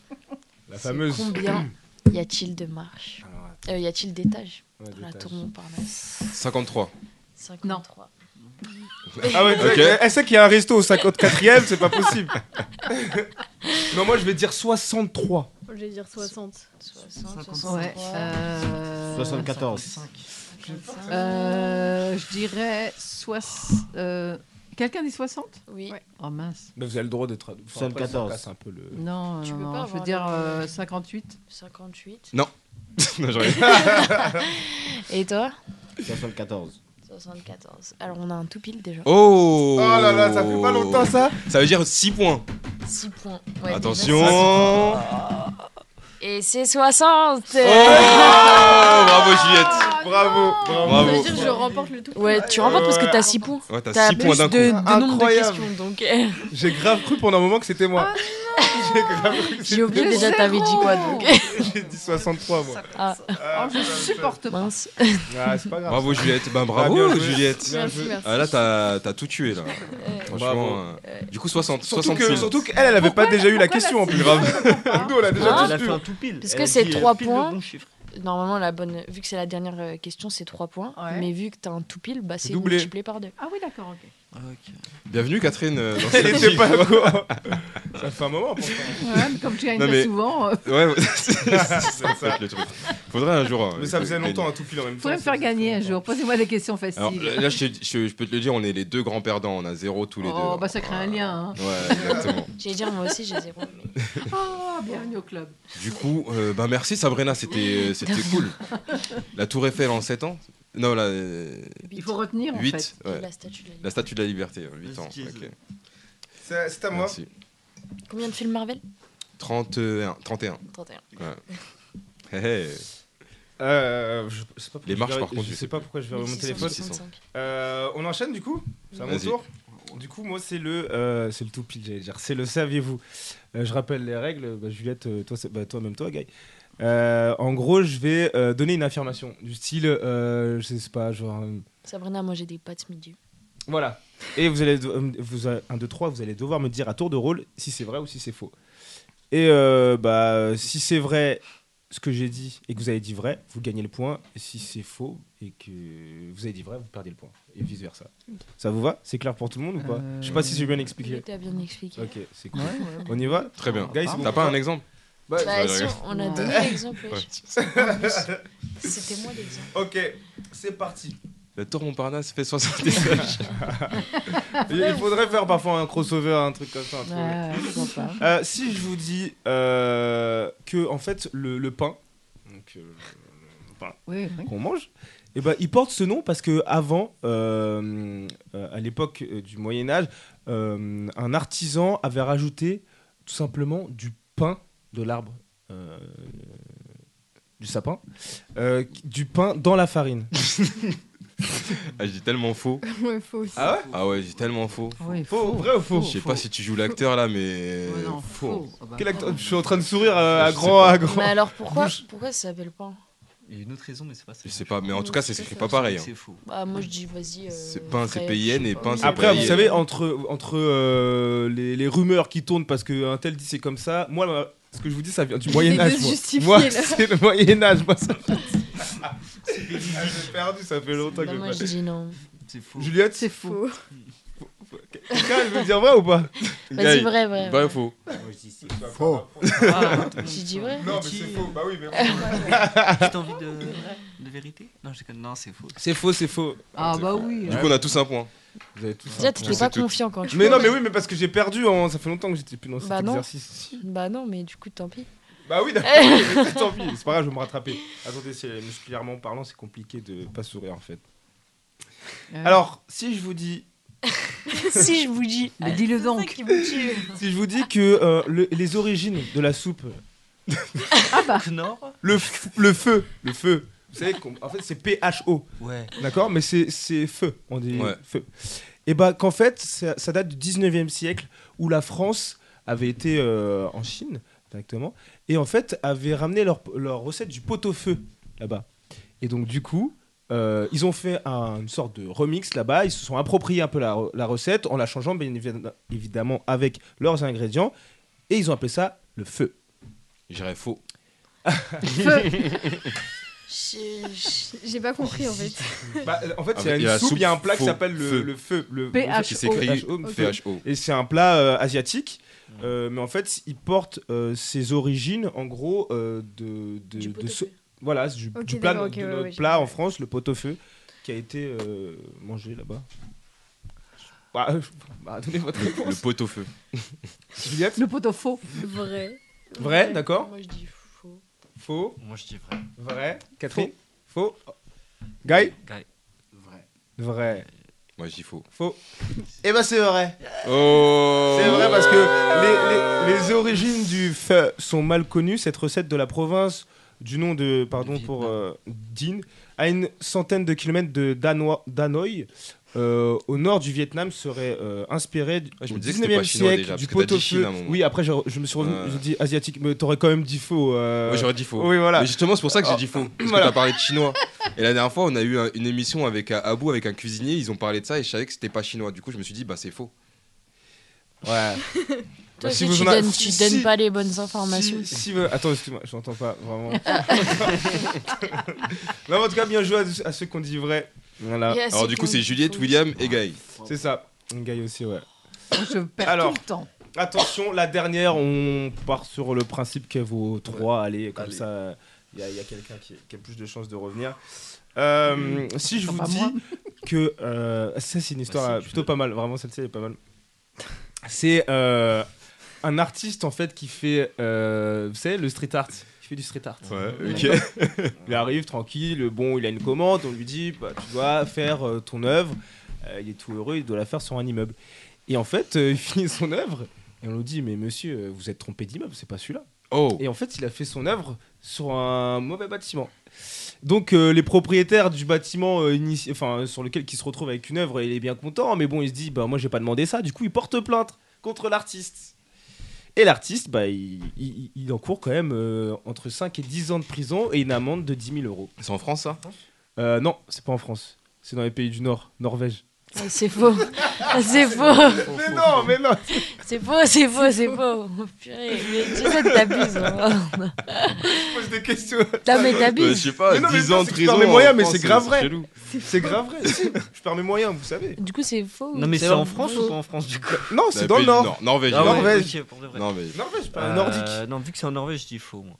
S6: La
S5: c'est
S6: fameuse.
S5: Combien y a-t-il de marches Euh, Y a-t-il d'étages
S6: Ouais,
S5: dans la
S6: d'étages.
S5: tour Montparnasse
S1: 53.
S5: 53.
S6: Ah ouais,
S1: Ok.
S6: elle- elle sait qu'il y a un resto au 54ème, c'est pas possible. non, moi je vais dire 63.
S7: Je vais dire 60.
S5: 60,
S3: Ouais.
S5: 63.
S3: euh,
S8: 74.
S3: Euh, je dirais soix- euh, Quelqu'un dit 60
S5: Oui.
S3: Oh mince.
S6: Mais vous avez le droit d'être. enfin,
S8: Seul
S6: après, ça
S8: 14.
S6: casse un peu le.
S3: Non,
S5: Tu
S3: non,
S5: peux
S3: non,
S5: pas
S3: je veux
S5: avoir
S3: dire
S5: le-
S3: euh, 58.
S5: 58.
S1: Non. non, j'aurais
S5: Et toi
S8: 74.
S5: 74. Alors, on a un tout pile déjà.
S1: Oh
S6: Oh là là, ça fait pas longtemps ça
S1: Ça veut dire 6 points.
S5: 6 points. Ouais, Bah, déjà,
S1: Attention
S5: Et c'est 60
S1: Oh, bravo Juliette
S6: Bravo,
S7: Ça veut
S1: Bravo
S7: dire que je remporte le tout.
S5: Ouais, tu remportes parce que
S6: Euh,
S5: t'as 6 points.
S1: Ouais, t'as
S5: T'as
S1: six points
S5: plus
S1: d'un
S5: de,
S1: coup.
S5: de nombre de
S6: Incroyable.
S5: questions, donc euh, Ah,
S6: J'ai grave cru pendant un moment que c'était moi. J'ai grave cru
S5: j'ai
S6: que c'était
S5: oublié déjà t'avais dit quoi donc.
S6: J'ai dit 63 moi.
S5: Ah,
S3: Oh, je supporte pas.
S5: mince.
S6: Ah, c'est pas grave. Ah,
S1: Bravo Juliette, ben bravo
S6: bien joué.
S1: Juliette
S6: Bien joué.
S7: Merci,
S1: Ah là t'as t'as tout tué là.
S6: Bravo.
S1: Franchement. euh, Du coup 60,
S6: Surtout
S1: 66.
S6: que- surtout qu'elle, elle avait pas déjà eu la question en plus. Grave. Nous, on l'a déjà
S5: Ah.
S6: tous
S4: Elle a fait
S6: eu.
S4: un tout pile.
S5: Parce
S4: Elle
S5: que
S4: a
S5: c'est
S4: dit, euh,
S5: trois
S4: pile le
S5: points.
S4: bon chiffre.
S5: Normalement, la bonne, vu que c'est la dernière euh, question, c'est 3 points.
S3: Ouais.
S5: Mais vu que t'as un tout pile, bah, c'est
S6: Doublé.
S5: multiplié par 2.
S3: Ah oui, d'accord, ok.
S1: Bienvenue Catherine euh, dans
S6: Elle
S1: cette
S6: était
S1: équipe.
S6: pas au courant. Ça fait un moment, pourtant.
S3: Ouais, mais comme tu gagnes
S1: Non,
S3: pas
S1: mais-
S3: souvent, euh,
S1: Ouais, ouais, c'est ça,
S6: C'est ça.
S1: le truc. Faudrait un jour. hein,
S6: Mais ça faisait
S1: gagner.
S6: longtemps à tout pile en même temps.
S3: faudrait me faire gagner un jour. Posez-moi des questions faciles.
S1: Alors là, là, je, te- je- je peux te le dire, on est les deux grands perdants. On a zéro tous les
S3: oh,
S1: deux.
S3: bah ça crée un lien. hein.
S1: Ouais, exactement.
S5: J'ai dit, moi aussi, j'ai zéro. mais-
S3: Ah, bienvenue au club.
S1: Du coup, euh, bah merci Sabrina, c'était euh, c'était cool. La Tour Eiffel en 7 ans Non, la.
S3: Il faut retenir, en
S1: 8,
S3: fait.
S5: La Statue de la Liberté.
S1: La Statue de la Liberté, 8 ans. ok.
S6: hein. C'est c'est à moi.
S1: Merci.
S5: Combien de films Marvel
S1: 31. 31.
S5: 31.
S1: Ouais. Hey, hey.
S6: Euh, je sais pas pourquoi
S1: Les
S6: je
S1: marches,
S6: verrai-
S1: par contre,
S6: Je
S1: je
S6: sais
S1: sais
S6: pas pourquoi je verrai mon
S1: 1665.
S6: téléphone. Euh, on enchaîne du coup C'est à mon
S1: Vas-y.
S6: tour Du coup, moi, c'est le, euh, c'est le tout pile, j'allais dire. C'est le saviez-vous Euh, Je rappelle les règles. Bah, Juliette, euh, toi, c'est- bah, toi, même toi, Guy. Euh, en gros, je vais euh, donner une affirmation du style, euh, je sais pas, genre. euh,
S5: Sabrina a mangé des pâtes ce midi.
S6: voilà. Et vous allez, euh, vous, 1, 2, 3, vous allez devoir me dire à tour de rôle si c'est vrai ou si c'est faux. Et euh, bah, si c'est vrai ce que j'ai dit et que vous avez dit vrai, vous gagnez le point. Et si c'est faux et que vous avez dit vrai, vous perdez le point. Et vice versa. Ça vous va C'est clair pour tout le monde ou pas Je sais pas si j'ai bien expliqué.
S5: Tu as bien expliqué.
S6: Ok, c'est cool.
S5: Euh, Ouais, ouais.
S6: On y va
S1: Très bien.
S6: Guys, c'est bon
S1: T'as
S6: pour
S1: pas
S6: toi
S1: un exemple
S5: Bah,
S1: Ouais,
S5: si,
S1: regarde.
S5: on a donné l'exemple.
S1: Ouais.
S5: C'était moi l'exemple.
S6: Ok, c'est parti.
S1: La Tour Montparnasse fait 60 étages.
S6: Il faudrait faire parfois un crossover, un truc comme ça. un truc.
S3: Ouais, je pense pas.
S6: Euh, si je vous dis euh, que en fait le, le pain, donc, euh, le pain
S3: Oui, oui.
S6: qu'on mange, eh ben, il porte ce nom parce que avant, euh, euh, à l'époque euh, du Moyen Âge, euh, un artisan avait rajouté tout simplement du pain de l'arbre. euh, du sapin, euh, du pain dans la farine.
S2: Oh
S1: Ah, je dis tellement faux.
S7: Ouais, faux aussi.
S6: Ah ouais
S1: Ah ouais, j'ai tellement faux.
S3: Oui,
S6: Faux, vrai ou faux
S1: Je sais pas si tu joues l'acteur là, mais.
S3: Ouais, non,
S1: faux.
S2: Oh
S3: faux. Ah bah,
S6: Quel acteur-
S3: non.
S6: Je suis en train de sourire euh, à
S1: Je sais
S6: grand,
S1: pas.
S6: à grand.
S5: Mais alors pourquoi,
S6: Bouge.
S5: pourquoi ça s'appelle hein pain
S2: Il y a une autre raison, mais c'est pas ça.
S1: Je sais pas, mais en tout
S5: Non,
S1: cas,
S5: c'est
S1: c'est
S5: pas
S1: écrit
S5: ça.
S1: pas pareil. hein.
S2: C'est faux.
S5: Bah moi je dis vas-y. euh,
S1: C'est pain, c'est
S5: frère,
S1: PayN
S5: je sais
S1: et
S5: pas.
S1: pain, c'est
S6: Après,
S1: Ouais,
S6: vous
S1: il-
S6: savez, entre, entre euh, les, les rumeurs qui tournent parce qu'un tel dit c'est comme ça, moi, ma- ce que je vous dis, ça vient du
S7: Il
S6: Moyen-Âge.
S7: essaie de justifier,
S6: Moi, Moi,
S7: là.
S6: c'est le Moyen-Âge. moi, ça- Ah, J'ai perdu, ça fait longtemps que
S5: Bah,
S6: je
S5: moi je
S6: passe.
S5: dis non.
S2: C'est faux.
S6: Juliette,
S3: C'est faux.
S7: Faux.
S6: quelqu'un elle veut dire vrai ou pas
S5: Vas-y
S1: Guy,
S5: vrai vrai.
S1: Vrai
S5: vrai.
S1: ou faux
S8: Faux.
S5: J'ai dit vrai.
S6: Ah, Non, mais
S2: Qui-
S6: c'est faux. Bah oui, mais
S2: J'ai envie de, de vérité Non, je déconne. Non, c'est faux.
S6: C'est faux, c'est faux.
S3: Ah, bah oui.
S1: Du coup, on a tous un point.
S6: Vous avez tous.
S5: Déjà t'étais
S1: Je
S5: pas
S1: sais tout.
S5: confiant quand tu.
S6: Mais non, mais oui, mais parce que j'ai perdu. en- Ça fait longtemps que j'étais plus dans cet
S5: Bah non.
S6: exercice.
S5: Bah non mais du coup tant pis.
S6: Bah oui, d'accord. tant pis, c'est pas grave, je vais me rattraper. Attendez, c'est musculairement parlant, c'est compliqué de pas sourire en fait.
S3: Euh,
S6: Alors, si je vous dis,
S5: si je vous dis.
S3: Mais dis-le donc.
S6: si je vous dis que euh, le- les origines de la soupe,
S3: Ah, bah.
S2: Nord
S6: le, f- le feu, le feu. Vous savez qu'en en fait c'est PHO,
S2: Ouais.
S6: d'accord Mais c'est c'est feu, on dit
S1: Ouais.
S6: feu. Et bah qu'en fait, ça, ça date du 19e siècle où la France avait été euh, en Chine directement et en fait avait ramené leur, leur recette du pot-au-feu là-bas. Et donc du coup, euh, ils ont fait un- une sorte de remix là-bas, ils se sont appropriés un peu la, la recette en la changeant bien évi- évidemment avec leurs ingrédients et ils ont appelé ça le feu.
S1: J'irais faux.
S5: Je- je-
S7: J'ai pas compris en fait.
S6: Bah, euh, en fait,
S1: Ah,
S6: il y a
S1: il
S6: une soupe, il y a un plat qui
S1: faux,
S6: s'appelle le,
S1: feu.
S6: le feu. Le,
S3: P H O.
S1: Qui s'écrit
S6: P-H-O, feu.
S1: PHO.
S6: Et c'est un plat euh, asiatique. euh, mais en fait, il porte euh, ses origines, en gros, euh, de, de-
S5: Du
S6: de
S5: pot-au-feu.
S6: ce- voilà, du,
S7: Ok,
S6: du plat
S7: d'accord,
S6: de
S7: ok, ouais,
S6: notre
S7: ouais, j'ai
S6: plat
S7: compris.
S6: en France, le pot-au-feu, qui a été euh, mangé là-bas. Bah, euh, bah, donnez votre
S1: Le,
S6: réponse.
S1: pot au feu.
S6: Juliette
S3: Le poteau faux.
S7: Vrai.
S6: Vrai, d'accord.
S5: Moi je dis faux.
S6: Faux.
S2: Moi, je dis vrai.
S6: Vrai. Catherine Faux. Guy
S2: Guy.
S8: Vrai.
S6: Vrai.
S1: Moi, je dis faux.
S6: Faux. Eh ben, c'est vrai.
S1: Oh
S6: C'est vrai parce que les, les- les origines du feu sont mal connues. Cette recette de la province du nom de pardon
S2: Vietnam.
S6: pour euh, Dinh, à une centaine de kilomètres de Danois- d'Hanoï. euh, au nord du Vietnam serait euh, inspirée du
S1: Ouais, je
S6: au
S1: me disais que c'était
S6: 19e
S1: pas chinois
S6: siècle
S1: déjà,
S6: du
S1: parce que t'as dit Chine
S6: pot-au-feu.
S1: à un moment.
S6: Oui, après je, je me suis revenu,
S1: Ouais.
S6: j'ai dit asiatique, mais t'aurais quand même dit faux. euh,
S1: Moi, Euh. j'aurais dit faux.
S6: Oui, voilà.
S1: Mais justement, c'est pour ça que j'ai dit faux. Parce
S6: Voilà.
S1: que t'as parlé de chinois. Et la dernière fois, on a eu un- une émission avec euh, Abou, avec un cuisinier. Ils ont parlé de ça et je savais que c'était pas chinois. Du coup, je me suis dit, bah, c'est faux.
S6: Ouais.
S5: Toi
S6: Bah, si
S5: aussi,
S6: vous
S5: tu
S6: en avez-
S5: donnes, tu
S6: si-
S5: donnes
S6: si-
S5: pas les bonnes informations.
S6: Si, si vous- Attends, excuse-moi, je n'entends pas vraiment. non, mais en tout cas, bien joué à, à ceux qui ont dit vrai. Voilà.
S5: Il y a
S1: Alors,
S5: ceux
S1: du
S5: qui
S1: coup,
S5: ont
S1: c'est
S5: dit
S1: Juliette,
S5: faux.
S1: William et Guy.
S6: C'est ça. Guy aussi, ouais.
S3: Je perds
S6: Alors.
S3: tout le temps.
S6: Attention, la dernière, on part sur le principe qu'elle vaut 3. Allez, comme
S4: Allez.
S6: ça, il y a, il y a quelqu'un qui, qui a plus de chances de revenir. Euh, si je vous
S4: Mmh. Pas
S6: dis
S4: moi.
S6: que. euh, ça, c'est une histoire
S4: Vas-y,
S6: euh,
S4: tu
S6: plutôt pas mal. Vraiment, celle-ci, elle est pas mal. C'est euh, un artiste, en fait, qui fait. euh, vous savez, le street art. Qui fait du street art.
S1: Ouais, ok.
S6: il arrive tranquille, bon, il a une commande, on lui dit, bah, tu dois faire euh, ton œuvre. Euh, il est tout heureux, il doit la faire sur un immeuble. Et en fait, euh, il finit son œuvre et on lui dit, mais monsieur, euh, vous êtes trompé d'immeuble, c'est pas celui-là. Et en fait, il a fait son œuvre sur un mauvais bâtiment. Donc euh, les propriétaires du bâtiment euh, initi- enfin, euh, sur lequel il se retrouve avec une œuvre, il est bien content, mais bon, il se dit, bah moi j'ai pas demandé ça, du coup il porte plainte contre l'artiste. Et l'artiste, bah, il, il, il encourt quand même euh, entre 5 et 10 ans de prison et une amende de 10 000 euros. Euh,
S1: C'est en France ça
S6: Non, c'est pas en France. C'est dans les pays du Nord, Norvège.
S5: Ah, C'est faux. Ah, C'est faux.
S6: Mais non, mais non.
S5: C'est faux, c'est faux, c'est faux. Oh, Purée, mais tu sais, t'abuses. hein.
S6: Je pose des questions.
S5: Non, mais t'abuses.
S1: je sais pas,
S6: Mais non, mais
S1: 10
S6: ça,
S1: ans de
S6: c'est que
S1: prison.
S6: Je perds mes moyens,
S1: en
S6: mais
S1: France,
S6: c'est grave vrai.
S1: chelou.
S6: C'est grave vrai. si, je perds mes moyens, vous savez.
S5: Du coup, c'est faux.
S4: Non, mais c'est en France ou pas en France du coup
S6: Non,
S2: Bah,
S6: c'est dans le Nord.
S1: Norvège.
S4: Ah ouais,
S6: Norvège.
S4: ok, pour de vrai.
S1: Norvège.
S6: Norvège, pas
S2: Euh,
S4: Euh,
S6: nordique.
S4: Non, vu que c'est en Norvège, je dis faux. Moi.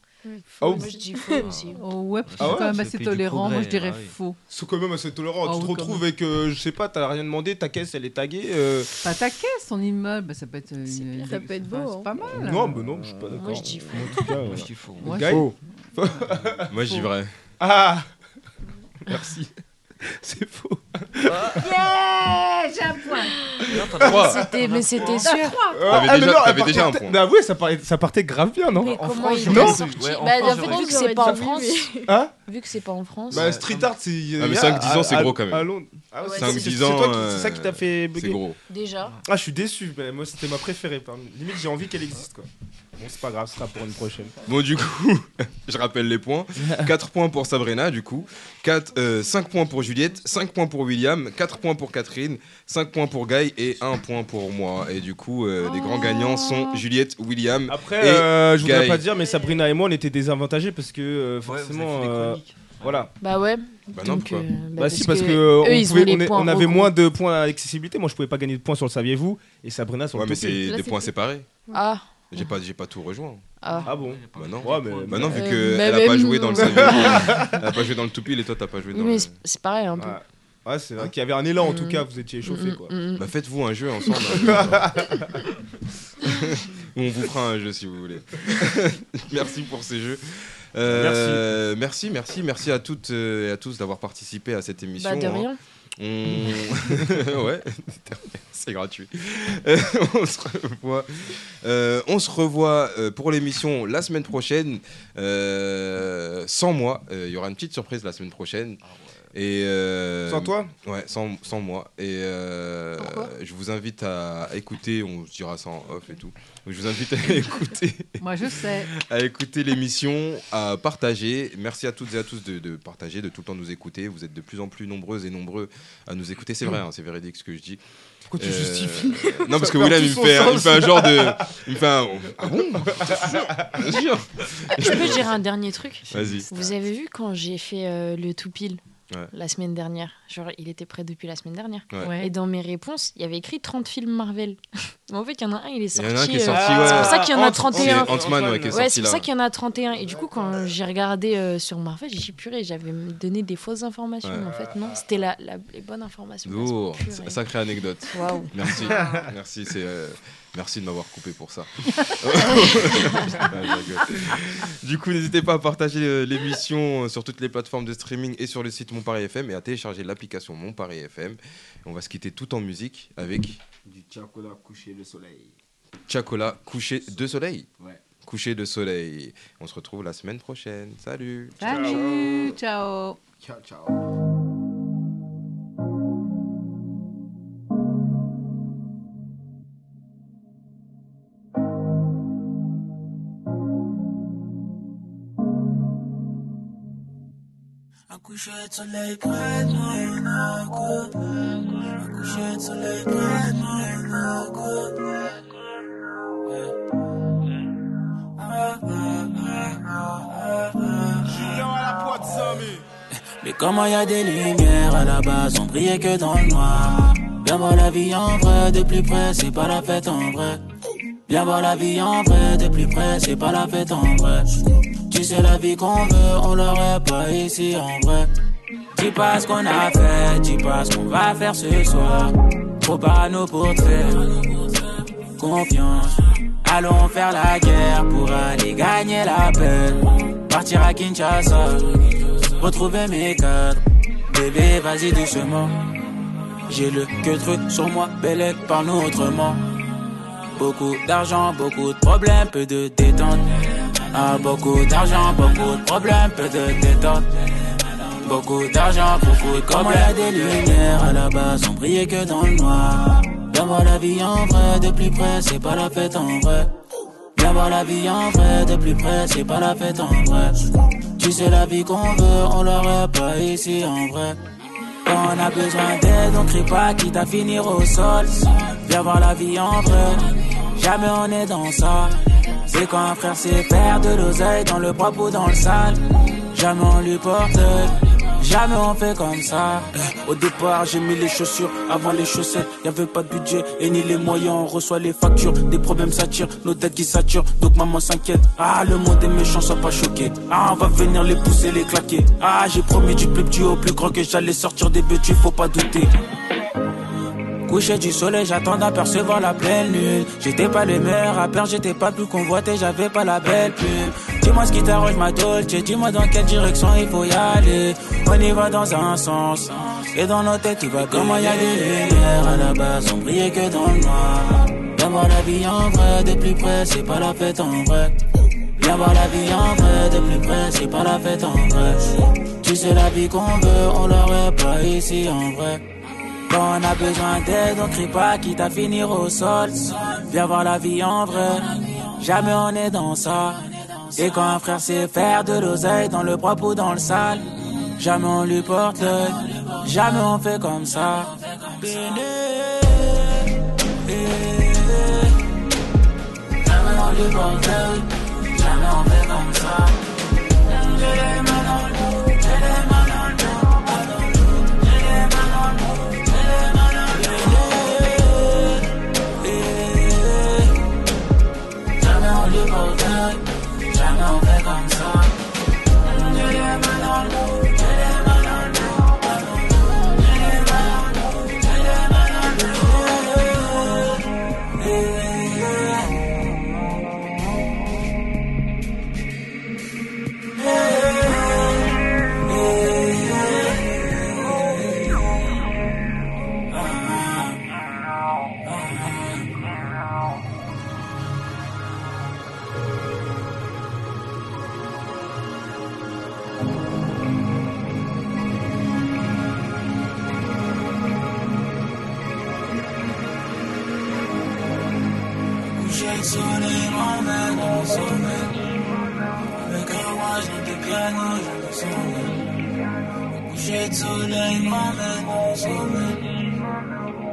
S6: Ah ouais.
S5: Moi, je dis faux aussi.
S3: Oh ouais, parce
S6: Ah
S3: que
S6: ouais,
S3: quand même
S6: c'est
S3: assez
S6: le pays du
S3: tolérant. Moi,
S6: progrès,
S3: je dirais
S6: ah oui.
S3: faux.
S6: Ils sont quand même assez tolérants.
S3: Ah
S6: tu te
S3: oui, quand
S6: retrouves
S3: même.
S6: avec, euh, je sais pas, t'as rien demandé, ta caisse elle est taguée. euh,
S3: Pas ta caisse, ton immeuble, bah, ça peut être. Une, une-
S7: Ça peut être
S3: enfin,
S7: beau,
S3: C'est
S7: hein.
S3: pas mal.
S6: Non, mais non, je suis pas d'accord.
S5: Moi, je dis faux.
S6: En tout cas, euh,
S4: Moi,
S6: voilà.
S4: je dis faux.
S3: Moi,
S6: Guy
S3: faux.
S1: Moi, j'y vrai.
S6: Ah Merci. C'est faux.
S5: Ah.
S6: Ah,
S3: Yeah, j'ai un point.
S1: Trois. Euh.
S5: C'était- mais c'était
S3: T'as
S5: sûr.
S3: trois points.
S1: T'avais
S6: Ah, mais
S1: déjà-
S6: non, elle
S1: t'avais
S6: partait-
S1: déjà un point.
S6: Mais avouez, ça partait, ça partait grave bien, non
S5: Mais comment
S6: France,
S5: il est
S6: non
S5: sorti
S4: Ouais, en
S5: Bah,
S4: France,
S5: En fait,
S4: j'aurais
S5: vu que
S7: dit
S5: c'est
S7: oui,
S5: pas en
S7: oui.
S5: France.
S6: Hein
S5: Vu que c'est pas en France.
S6: Bah, street art, c'est.
S1: Ah, mais 5-10 ans, c'est
S6: à-
S1: gros, quand même.
S6: à Londres. Ah ouais,
S5: Ouais,
S6: c'est-
S1: 5-10
S6: c'est
S1: ans.
S6: toi qui-
S1: euh,
S6: C'est ça qui t'a fait
S1: C'est
S6: bugger.
S1: gros.
S5: Déjà.
S6: Ah, je suis déçu, mais moi c'était ma préférée. Parmi... Limite, j'ai envie qu'elle existe quoi. Bon, c'est pas grave, ce sera pour une prochaine.
S1: Bon, du coup, je rappelle les points. 4 points pour Sabrina, du coup. 5 points pour Juliette, 5 points pour William, 4 points pour Catherine, 5 points pour Guy et 1 point pour moi. Et du coup, euh, les
S5: Ah.
S1: grands gagnants sont Juliette, William
S6: Après,
S1: et
S6: euh, je voudrais
S1: Guy.
S6: pas dire, mais Sabrina et moi on était désavantagés parce que euh,
S4: vous avez
S6: forcément.
S4: fait des
S6: euh,
S4: chroniques.
S6: voilà.
S5: Bah ouais.
S1: Bah non,
S5: Donc,
S1: pourquoi
S5: euh,
S6: Bah, si, parce que, euh, on,
S5: eux, ils ont
S6: pouvait-
S5: les
S6: on est-
S5: points
S6: on avait
S5: regroupés.
S6: moins de points à l'accessibilité. Moi je pouvais pas gagner de points sur le saviez-vous et Sabrina sur
S1: Ouais,
S6: le
S1: mais
S6: topic.
S1: c'est
S7: Là,
S1: des
S7: c'est
S1: points
S7: tout.
S1: séparés.
S5: Ah.
S1: J'ai pas, j'ai pas tout rejoint.
S5: Ah.
S6: Ah bon
S1: Bah non.
S6: Ouais, mais.
S1: Bah non, vu
S5: Euh,
S1: qu'elle
S5: bah
S1: a pas
S5: même
S1: joué dans
S5: non.
S1: le saviez Elle a pas joué dans le toupil et toi, t'as pas joué
S5: Oui,
S1: dans
S5: mais
S1: le.
S5: c'est- c'est pareil un peu.
S6: Ouais, Ouais, Ah, c'est vrai qu'il y avait un élan en tout
S5: Mm.
S6: cas, vous étiez échauffé
S5: Mm,
S6: quoi.
S5: mm, mm.
S1: Bah faites-vous un jeu ensemble. hein. on vous fera un jeu si vous voulez. merci pour ces jeux. Euh, merci, merci, merci à toutes euh, et à tous d'avoir participé à cette émission.
S5: Bah, de
S1: hein.
S5: rien.
S1: On- ouais, c'est gratuit. Euh, on se revoit, euh, on se revoit euh, pour l'émission la semaine prochaine. Euh, sans moi, euh, il y aura une petite surprise la semaine prochaine. Et euh,
S6: Ah Sans toi
S1: Ouais, sans, sans moi. Et euh,
S5: Pourquoi
S1: je vous invite à écouter, on se dira ça en off et tout. Je vous invite à écouter,
S3: Moi, je sais.
S1: à écouter l'émission, à partager. Merci à toutes et à tous de, de partager, de tout le temps nous écouter. Vous êtes de plus en plus nombreuses et nombreux à nous écouter. C'est vrai, hein, c'est véridique ce que je dis.
S6: Pourquoi tu
S1: Euh,
S6: justifies
S1: Non, parce que
S6: Ça
S1: Willem, il
S6: perd
S1: me,
S6: tout son
S1: fait, il me
S6: sens.
S1: fait un genre de. Il me fait un. Ah bon Bien sûr
S5: Je peux dire un dernier truc
S1: Vas-y.
S5: Vous avez vu quand j'ai fait euh, le tout pile
S1: Ouais.
S5: la semaine dernière Genre, il était prêt depuis la semaine dernière.
S1: Ouais.
S5: Et dans mes réponses, il y avait écrit 30 films Marvel. Mais en fait, il y en a un, il est
S1: Il y
S5: sorti.
S1: en a un qui est
S5: euh,
S1: sorti,
S5: c'est pour
S1: ouais.
S5: ça qu'il y en a
S6: Ant-
S5: 31.
S1: C'est Ant-Man ouais, qui est
S5: Ouais,
S1: sorti
S5: c'est pour
S1: là.
S5: ça qu'il y en a 31. Et du coup, quand j'ai regardé euh, sur Marvel, j'ai dit purée, j'avais donné des fausses informations.
S1: Ouais.
S5: Mais en fait, non, c'était la, la- les bonnes informations.
S1: Lourd,
S5: Purée.
S1: sacrée anecdote.
S5: Waouh.
S1: Merci, merci, c'est, euh, merci de m'avoir coupé pour ça. du coup, n'hésitez pas à partager euh, l'émission sur toutes les plateformes de streaming et sur le site Mon Paris FM et à télécharger l'application Mon Paris FM. On va se quitter tout en musique avec
S8: Du chocolat couché le soleil.
S1: Chacola, coucher de soleil.
S8: Ouais.
S1: Coucher de soleil. On se retrouve la semaine prochaine. Salut.
S3: Salut, ciao.
S8: Ciao, ciao.
S16: Un coucher de soleil près de moi, une accord. Un coucher de soleil près de moi, une accord. Mais comment y a des lumières à la base, on brillait que dans le noir. Viens voir la vie en vrai, de plus près, c'est pas la fête en vrai.
S17: Viens voir la vie en vrai, de plus près, c'est pas la fête en vrai. Tu sais la vie qu'on veut, on l'aurait pas ici en vrai. Dis pas ce qu'on a fait, dis pas ce qu'on va faire ce soir. Trop pas nous pour te faire confiance. Allons faire la guerre pour aller gagner la peine. Partir à Kinshasa, retrouver mes cadres. Bébé, vas-y doucement. J'ai le que truc sur moi, Bellec, parle-nous autrement. Beaucoup d'argent, beaucoup de problèmes, peu de détente. Ah, beaucoup d'argent, beaucoup de problèmes, peu de détente. Beaucoup d'argent, beaucoup de Comme on a des lumières à la base, on brillait que dans le noir. Viens voir la vie en vrai, de plus près, c'est pas la fête en vrai. Viens voir la vie en vrai, de plus près, c'est pas la fête en vrai. Tu sais la vie qu'on veut, on l'aurait pas ici en vrai. Quand on a besoin d'aide, on crie pas quitte à finir au sol. Viens voir la vie en vrai, jamais on est dans ça. C'est quand un frère sait faire de l'oseille dans le propre ou dans le sale. Jamais on lui porte, jamais on fait comme ça.
S18: Eh, Au départ, j'ai mis les chaussures avant les chaussettes. Y avait pas de budget et ni les moyens. On reçoit les factures, des problèmes s'attirent, nos têtes qui s'attirent. Donc maman s'inquiète. Ah, le monde est méchant, sois pas choqué. Ah, on va venir les pousser, les claquer. Ah, j'ai promis du plus petit au plus grand que j'allais sortir des petits, faut pas douter.
S17: Couché du soleil, j'attends d'apercevoir la pleine lune. J'étais pas le meilleur rappeur, j'étais pas plus convoité, j'avais pas la belle plume. Dis-moi ce qui t'arrange ma dolce, dis-moi dans quelle direction il faut y aller. On y va dans un sens, et dans nos têtes, tu vois comment y a des lumières à la base, on brillait que dans le noir. Viens voir la vie en vrai, de plus près, c'est pas la fête en vrai. Viens voir la vie en vrai, de plus près, c'est pas la fête en vrai. Tu sais la vie qu'on veut, on l'aurait pas ici en vrai. Quand on a besoin d'aide, on crie pas quitte à finir au sol. Viens voir la vie en vrai, jamais on est dans ça. Et quand un frère sait faire de l'oseille dans le propre ou dans le sale, jamais on lui porte l'œil, jamais on fait comme ça. Jamais on lui porte l'œil, jamais on fait comme ça. J'ai les mains dans le dos, j'ai les mains dans le dos, j'ai les mains dans le dos. Couché le soleil m'emmène au sommet. Avec un roi, je te piano, je me sommeille. Couché le soleil m'emmène au sommet.